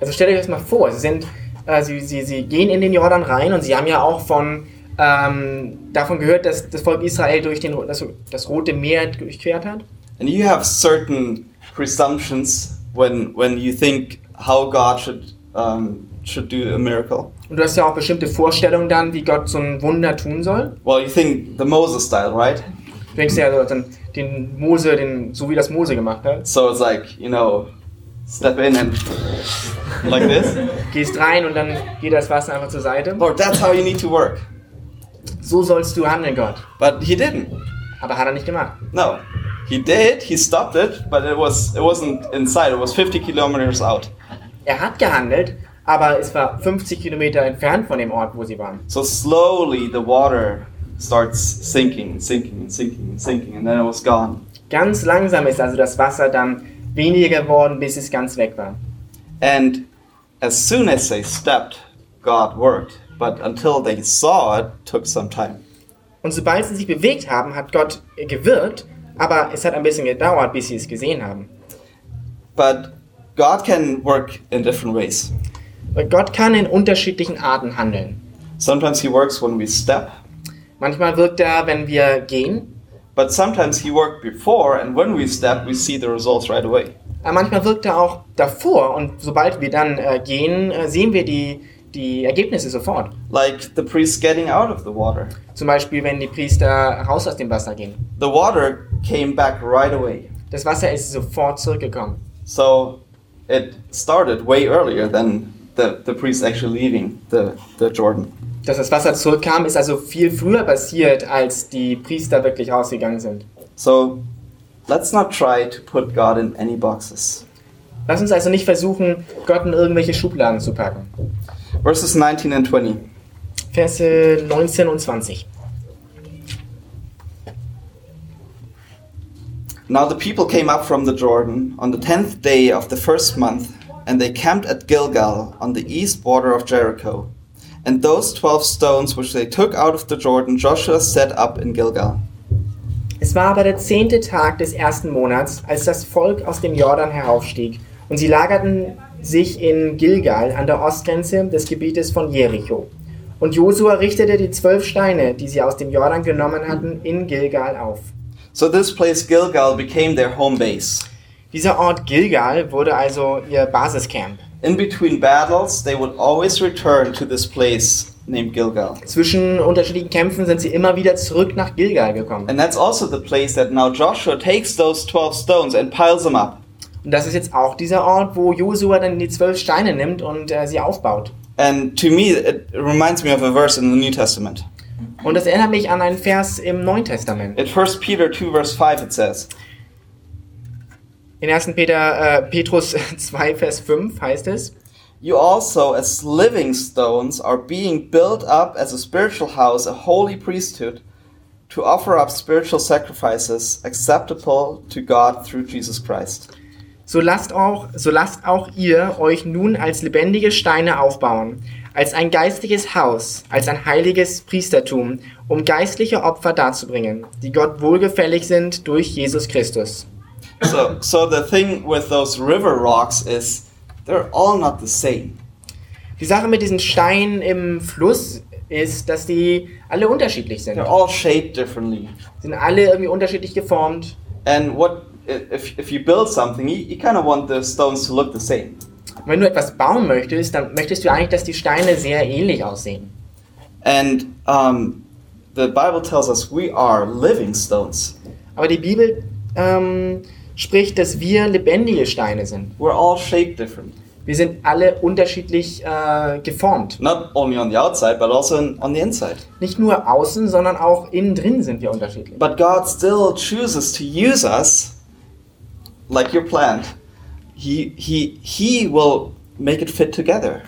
S3: Also stellt euch das mal vor, sie, sind, äh, sie, sie, sie gehen in den Jordan rein und sie haben ja auch von, ähm, davon gehört, dass das Volk Israel durch den, das, das Rote Meer durchquert hat.
S2: And you have certain presumptions when when you think how God should um, should do a miracle.
S3: Und du hast ja auch bestimmte Vorstellungen dann, wie Gott so ein Wunder tun soll.
S2: Well, you think the Moses style, right?
S3: Du denkst ja, also, dann, den Mose, den, so wie das Mose gemacht hat.
S2: So it's like you know, step in and like this.
S3: [LAUGHS] Gehst rein und dann geht das Wasser einfach zur Seite.
S2: Lord, that's how you need to work.
S3: So sollst du handeln, Gott.
S2: But he didn't.
S3: Aber hat er nicht gemacht.
S2: No, he did. He stopped it, but it was it wasn't inside. It was 50 kilometers out.
S3: Er hat gehandelt, aber es war 50 Kilometer entfernt von dem Ort, wo sie waren.
S2: So slowly the water starts sinking, sinking, sinking, sinking, and then it was gone.
S3: Ganz langsam ist also das Wasser dann weniger geworden, bis es ganz weg war.
S2: And as soon as they stepped, God worked. But until they saw it, took some time.
S3: Und sobald sie sich bewegt haben, hat Gott gewirkt, aber es hat ein bisschen gedauert, bis sie es gesehen haben.
S2: But God can work in different ways.
S3: Weil Gott kann in unterschiedlichen Arten handeln.
S2: Sometimes He works when we step,
S3: Manchmal wirkt er, wenn wir gehen,
S2: but sometimes He worked before, and when we step, we see the results right away.
S3: aber manchmal wirkt er auch davor und sobald wir dann äh, gehen, äh, sehen wir die, die Ergebnisse sofort.
S2: Like the priest getting out of the water.
S3: Zum Beispiel, wenn die Priester raus aus dem Wasser gehen.
S2: The water came back right away.
S3: Das Wasser ist sofort zurückgekommen.
S2: So it started way earlier than the, the priest actually leaving the, the Jordan.
S3: Dass das Wasser zurückkam, ist also viel früher passiert, als die Priester wirklich rausgegangen sind.
S2: So let's not try to put God in any boxes.
S3: Lass uns also nicht versuchen, Gott in irgendwelche Schubladen zu packen.
S2: Verses 19 and 20.
S3: Verse 19 und 20.
S2: Now the people came up from the Jordan on the tenth day of the first month, and they camped at Gilgal on the east border of Jericho. And those twelve stones which they took out of the Jordan Joshua set up in Gilgal.
S3: Es war aber der zehnte Tag des ersten Monats, als das Volk aus dem Jordan heraufstieg, und sie lagerten sich in Gilgal an der Ostgrenze des Gebietes von Jericho. Und Josua richtete die zwölf Steine, die sie aus dem Jordan genommen hatten, in Gilgal auf.
S2: So this place Gilgal became their home base.
S3: Dieser Ort Gilgal wurde also ihr Basiscamp.
S2: In between battles, they would always return to this place named Gilgal.
S3: Zwischen unterschiedlichen Kämpfen sind sie immer wieder zurück nach Gilgal gekommen.
S2: And that's also the place that now Joshua takes those 12 stones and piles them up.
S3: Und das ist jetzt auch dieser Ort, wo Josua dann die zwölf Steine nimmt und äh, sie aufbaut.
S2: And to me, it reminds me of a verse in the New Testament.
S3: Und das erinnert mich an einen Vers im Neuen Testament.
S2: In 1 Peter 2, verse 5, it says,
S3: In 1. Peter, äh, Petrus [LAUGHS] 2, Vers 5 heißt es,
S2: You also, as living stones, are being built up as a spiritual house, a holy priesthood, to offer up spiritual sacrifices acceptable to God through Jesus Christ.
S3: so lasst, auch, so lasst auch ihr euch nun als lebendige Steine aufbauen, als ein geistliches Haus, als ein heiliges Priestertum, um geistliche Opfer darzubringen, die Gott wohlgefällig sind durch Jesus Christus.
S2: So, so the thing with those river rocks is they're all not the same.
S3: Die Sache mit diesen Steinen im Fluss ist, dass die alle unterschiedlich sind.
S2: They're all shaped differently.
S3: Sind alle irgendwie unterschiedlich geformt.
S2: And what if, if you build something, you, you kind of want the stones to look the same.
S3: Und wenn du etwas bauen möchtest, dann möchtest du eigentlich, dass die Steine sehr ähnlich aussehen.
S2: And um, the Bible tells us we are living stones.
S3: Aber die Bibel ähm, spricht, dass wir lebendige Steine sind.
S2: We're all shaped different,
S3: Wir sind alle unterschiedlich äh, geformt.
S2: not only on the outside but also in, on the inside.
S3: Nicht nur außen, sondern auch innen drin sind wir unterschiedlich.
S2: But God still chooses to use us, like your plant. He he he will make it fit together.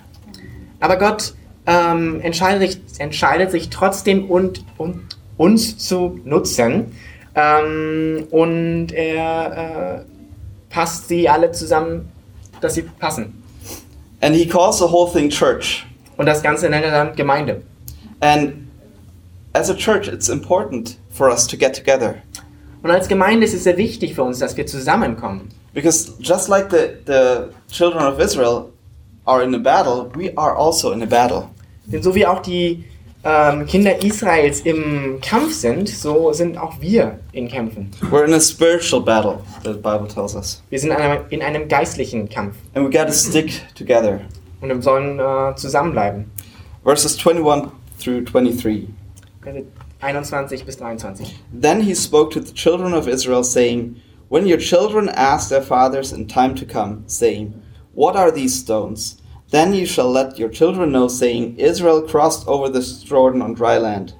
S3: Aber Gott ähm, entscheidet, sich, entscheidet sich trotzdem und, und uns zu nutzen. Ähm, und er äh, passt sie alle zusammen, dass sie passen.
S2: And He calls the whole thing church.
S3: und das Ganze nennt er dann Gemeinde.
S2: And as a church, it's important for us to get together
S3: Und als Gemeinde ist es sehr wichtig für uns, dass wir zusammenkommen.
S2: because just like the, the children of Israel are in a battle, we are also in a battle.
S3: Denn so wie auch die ähm, Kinder Israels im Kampf sind, so sind auch wir in Kämpfen.
S2: We're in a spiritual battle, the Bible tells us.
S3: Wir sind in einem, in einem geistlichen Kampf
S2: And we got to stick together.
S3: und wir sollen äh, zusammenbleiben.
S2: Verses 21 through 23.
S3: Also 21 bis 23.
S2: Then he spoke to the children of Israel, saying, When your children ask their fathers in time to come, saying, What are these stones? Then you shall let your children know, saying, Israel crossed over the Jordan on dry land.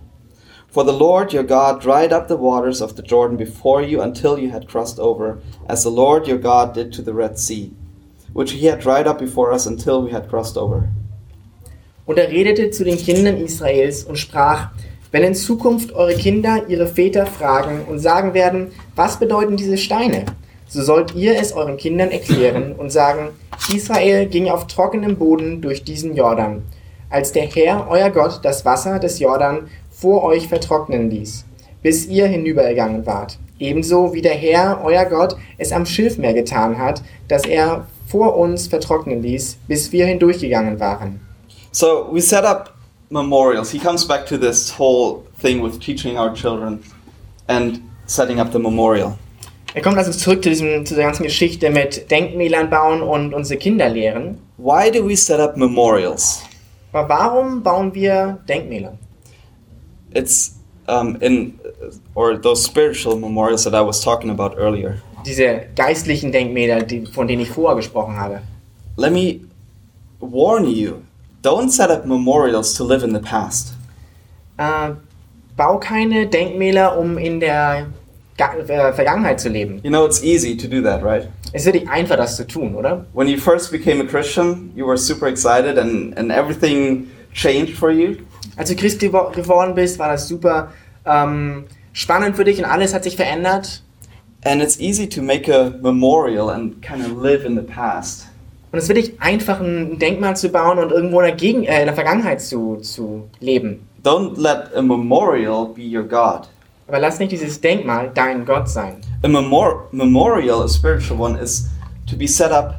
S2: For the Lord your God dried up the waters of the Jordan before you until you had crossed over, as the Lord your God did to the Red Sea, which he had dried up before us until we had crossed over.
S3: Und er redete zu den Kindern Israels und sprach, wenn in Zukunft eure Kinder ihre Väter fragen und sagen werden, was bedeuten diese Steine, so sollt ihr es euren Kindern erklären und sagen, Israel ging auf trockenem Boden durch diesen Jordan, als der Herr, euer Gott, das Wasser des Jordan vor euch vertrocknen ließ, bis ihr hinübergegangen wart. Ebenso wie der Herr, euer Gott, es am Schilfmeer getan hat, dass er vor uns vertrocknen ließ, bis wir hindurchgegangen waren.
S2: So we set up memorials. He comes back to this whole thing with teaching our children and setting up the memorial.
S3: Er kommt also zurück zu, diesem, zu der ganzen Geschichte mit Denkmälern bauen und unsere Kinder lehren.
S2: Why do we set up memorials?
S3: Aber warum bauen wir Denkmäler?
S2: It's um, in or those spiritual memorials that I was talking about earlier.
S3: Diese geistlichen Denkmäler, die, von denen ich vorher gesprochen habe.
S2: Let me warn you: don't set up memorials to live in the past.
S3: Äh, bau keine Denkmäler, um in der Ga äh, Vergangenheit zu leben.
S2: You know it's easy to do that, right?
S3: Es ist wirklich einfach, das zu tun, oder?
S2: When you first became a Christian, you were super excited and, and everything changed for you.
S3: Als du Christ gewo- geworden bist, war das super ähm, spannend für dich und alles hat sich verändert.
S2: And it's easy to make a memorial and kind of live in the past.
S3: Und es ist wirklich einfach, ein Denkmal zu bauen und irgendwo in der, Gegen äh, in der Vergangenheit zu, zu leben.
S2: Don't let a memorial be your God.
S3: Aber lass nicht dieses Denkmal dein Gott sein.
S2: A memor- memorial, a spiritual one, is to be set up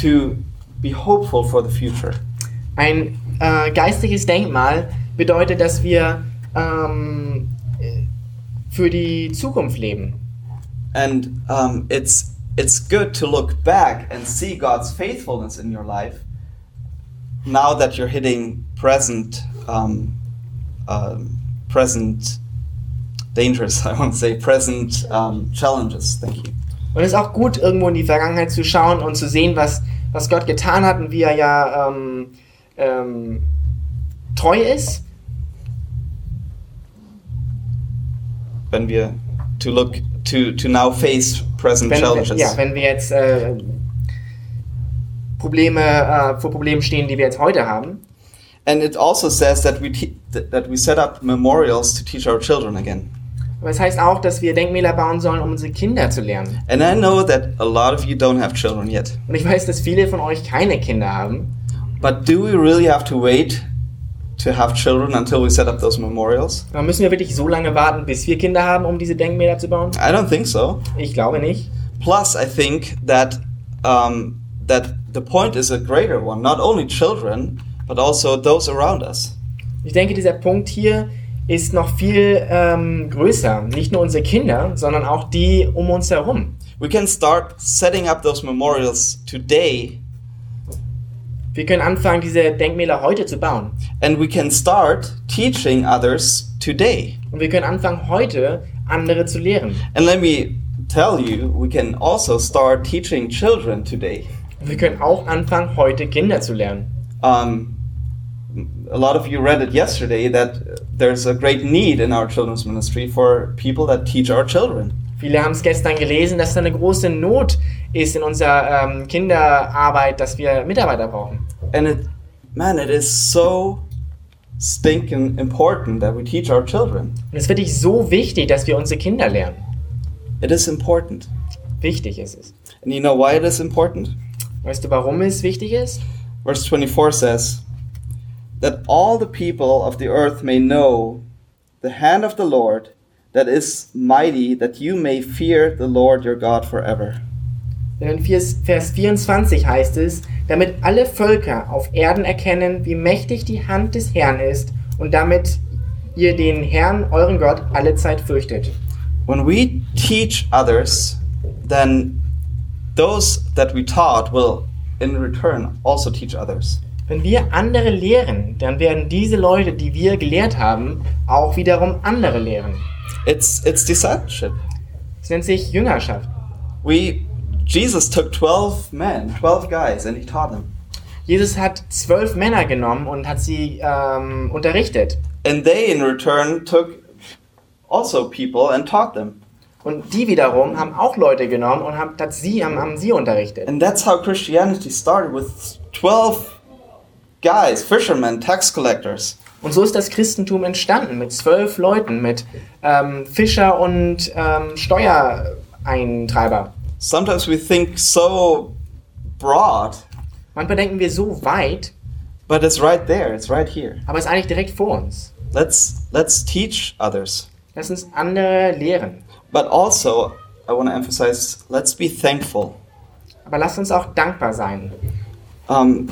S2: to be hopeful for the future.
S3: Ein äh, geistliches Denkmal bedeutet, dass wir ähm, äh, für die Zukunft leben.
S2: And um, it's, it's good to look back and see God's faithfulness in your life now that you're hitting present, um, um, present dangers, [LAUGHS] I want to say, present um, challenges. Thank you.
S3: Und es ist auch gut, irgendwo in die Vergangenheit zu schauen und zu sehen, was, was Gott getan hat und wie er ja ähm, ähm, treu ist.
S2: When we to look to, to now face present
S3: Wenn,
S2: challenges.
S3: wenn, ja, wenn wir jetzt äh, Probleme, äh, vor Problemen stehen, die wir jetzt heute haben.
S2: And it also says that we te- th- that we set up memorials to teach our children again.
S3: Aber es heißt auch, dass wir Denkmäler bauen sollen, um unsere Kinder zu lernen.
S2: And I know that a lot of you don't have children yet.
S3: Und ich weiß, dass viele von euch keine Kinder haben.
S2: But do we really have to wait to have children until we set up those memorials?
S3: Dann müssen wir wirklich so lange warten, bis wir Kinder haben, um diese Denkmäler zu bauen?
S2: I don't think so.
S3: Ich glaube nicht.
S2: Plus, I think that um, that the point is a greater one. Not only children, but also those around us.
S3: Ich denke, dieser Punkt hier ist noch viel ähm, größer. Nicht nur unsere Kinder, sondern auch die um uns herum.
S2: We can start setting up those memorials today,
S3: Wir können anfangen, diese Denkmäler heute zu bauen.
S2: and we can start teaching others today.
S3: Und wir können anfangen, heute andere zu lehren.
S2: And let me tell you, we can also start teaching children today.
S3: Und wir können auch anfangen, heute Kinder zu lernen.
S2: Um, a lot of you read it yesterday that there's a great need in our children's ministry for people that teach our children.
S3: Viele haben es gestern gelesen, dass da eine große Not ist in unserer ähm, Kinderarbeit, dass wir Mitarbeiter brauchen.
S2: And it, man, it is so stinking important that we teach our children.
S3: Und es ist wirklich so wichtig, dass wir unsere Kinder lernen.
S2: It is important.
S3: Wichtig ist es.
S2: And you know why it is important?
S3: Weißt du, warum es wichtig ist?
S2: Verse 24 says, that all the people of the earth may know the hand of the Lord that is mighty, that you may fear the Lord your God forever.
S3: Denn in Vers Vers 24 heißt es, damit alle Völker auf Erden erkennen, wie mächtig die Hand des Herrn ist und damit ihr den Herrn, euren Gott, alle Zeit fürchtet.
S2: When we teach others, then those that we taught will, in return, also teach others.
S3: Wenn wir andere lehren, dann werden diese Leute, die wir gelehrt haben, auch wiederum andere lehren.
S2: It's it's discipleship.
S3: Es nennt sich Jüngerschaft.
S2: We Jesus took twelve men, twelve guys, and he taught them,
S3: Jesus hat zwölf Männer genommen und hat sie ähm, unterrichtet.
S2: and they in return took also people and taught them,
S3: Und die wiederum haben auch Leute genommen und haben, hat sie, haben, haben sie unterrichtet.
S2: and that's how Christianity started with twelve guys, fishermen, tax collectors.
S3: Und so ist das Christentum entstanden, mit zwölf Leuten, mit ähm, Fischer und ähm, Steuereintreiber.
S2: Sometimes we think so broad,
S3: Manchmal denken wir so weit,
S2: but it's right there. It's right here.
S3: aber es ist eigentlich direkt vor uns.
S2: Let's let's teach others,
S3: Lass uns andere lehren.
S2: but also I want to emphasize: let's be thankful.
S3: Aber lass uns auch dankbar sein.
S2: um,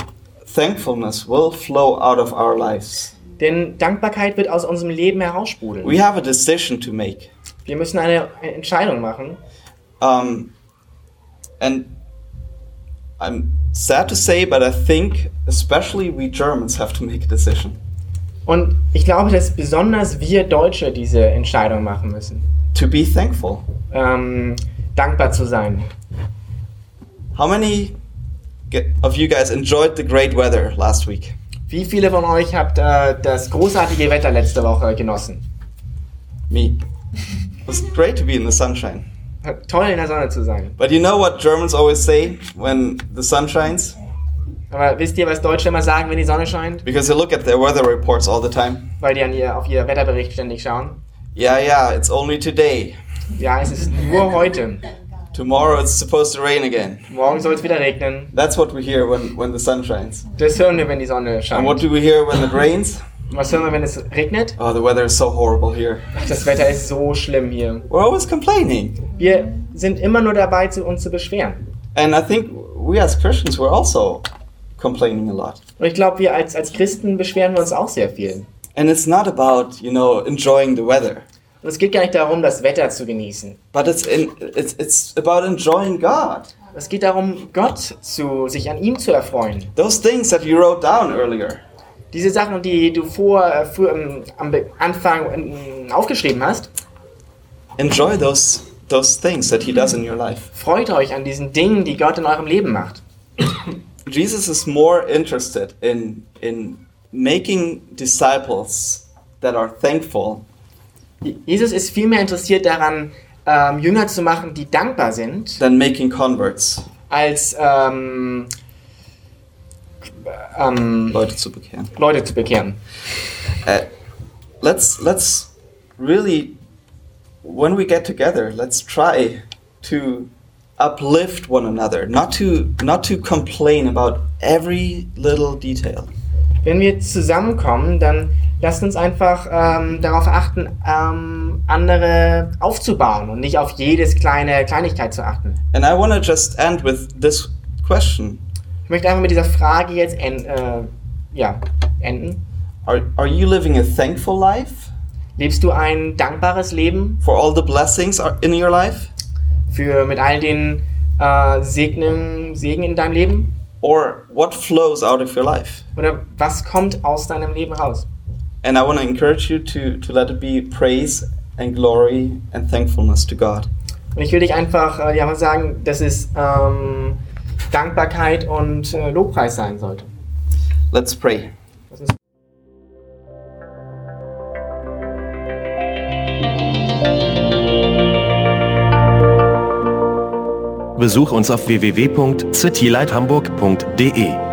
S2: thankfulness will flow out of our lives.
S3: Denn Dankbarkeit wird aus unserem Leben heraussprudeln.
S2: We have a decision to make,
S3: Wir müssen eine Entscheidung machen.
S2: um, and I'm sad to say, but I think especially we Germans have to make a decision
S3: Und ich glaube, dass besonders wir Deutsche diese Entscheidung machen müssen.
S2: to be thankful.
S3: Ähm, dankbar zu sein.
S2: How many ge- of you guys enjoyed the great weather last week?
S3: Wie viele von euch habt äh, das großartige Wetter letzte Woche genossen?
S2: Me. It was great to be in the sunshine.
S3: Toll in der Sonne zu sein.
S2: But you know what Germans always say when the sun shines?
S3: Aber wisst ihr, was Deutsche immer sagen, wenn die Sonne scheint?
S2: Because they look at their weather reports all the time.
S3: Weil die an ihr, auf ihr Wetterbericht ständig schauen.
S2: Yeah, yeah, it's only today.
S3: Ja, es ist nur heute.
S2: Tomorrow it's supposed to rain again.
S3: Morgen soll es wieder regnen.
S2: That's what we hear when, when the sun shines.
S3: Das hören wir, wenn die Sonne
S2: And what
S3: scheint.
S2: do we hear when it rains?
S3: Was hören wir, wenn es regnet?
S2: Oh, the weather is so horrible here.
S3: Das Wetter ist so schlimm hier.
S2: We're always complaining.
S3: Wir sind immer nur dabei, zu uns zu beschweren.
S2: And I think we as Christians, we're also complaining a lot.
S3: Und ich glaube, wir als, als Christen beschweren wir uns auch sehr viel.
S2: And it's not about, you know, enjoying the weather,
S3: Und es geht gar nicht darum, das Wetter zu genießen.
S2: but it's, in, it's, it's about enjoying God.
S3: Es geht darum, Gott zu, sich an ihm zu erfreuen.
S2: Those things that you wrote down earlier.
S3: Diese Sachen, die du vor, äh, früher, ähm, am Be- Anfang ähm, aufgeschrieben hast,
S2: Enjoy those, those things that He does in your life.
S3: freut euch an diesen Dingen, die Gott in eurem Leben macht.
S2: Jesus is more interested in, in making disciples that are thankful
S3: Jesus ist viel mehr interessiert daran, ähm, Jünger zu machen, die dankbar sind,
S2: than making converts,
S3: als ähm, ähm,
S2: Leute zu bekehren.
S3: Leute zu bekehren.
S2: Äh, let's let's really when we get together, let's try to uplift one another, not to not to complain about every little detail.
S3: Wenn wir zusammenkommen, dann lasst uns einfach ähm, darauf achten, ähm, andere aufzubauen und nicht auf jedes kleine Kleinigkeit zu achten.
S2: And I want to just end with this question.
S3: Ich möchte einfach mit dieser Frage jetzt en äh, ja, enden.
S2: Are are you living a thankful life
S3: Lebst du ein dankbares Leben
S2: for all the blessings are in your life
S3: für mit all den äh, Segnen, Segen in deinem Leben?
S2: or what flows out of your life?
S3: Oder was kommt aus deinem Leben raus?
S2: And I want to encourage you to to let it be praise and glory and thankfulness to God.
S3: Und ich will dich einfach äh, ja, mal sagen, dass es ähm, Dankbarkeit und äh, Lobpreis sein sollte.
S2: Let's pray.
S3: Lass uns
S1: Besuch uns auf www.citylighthamburg.de.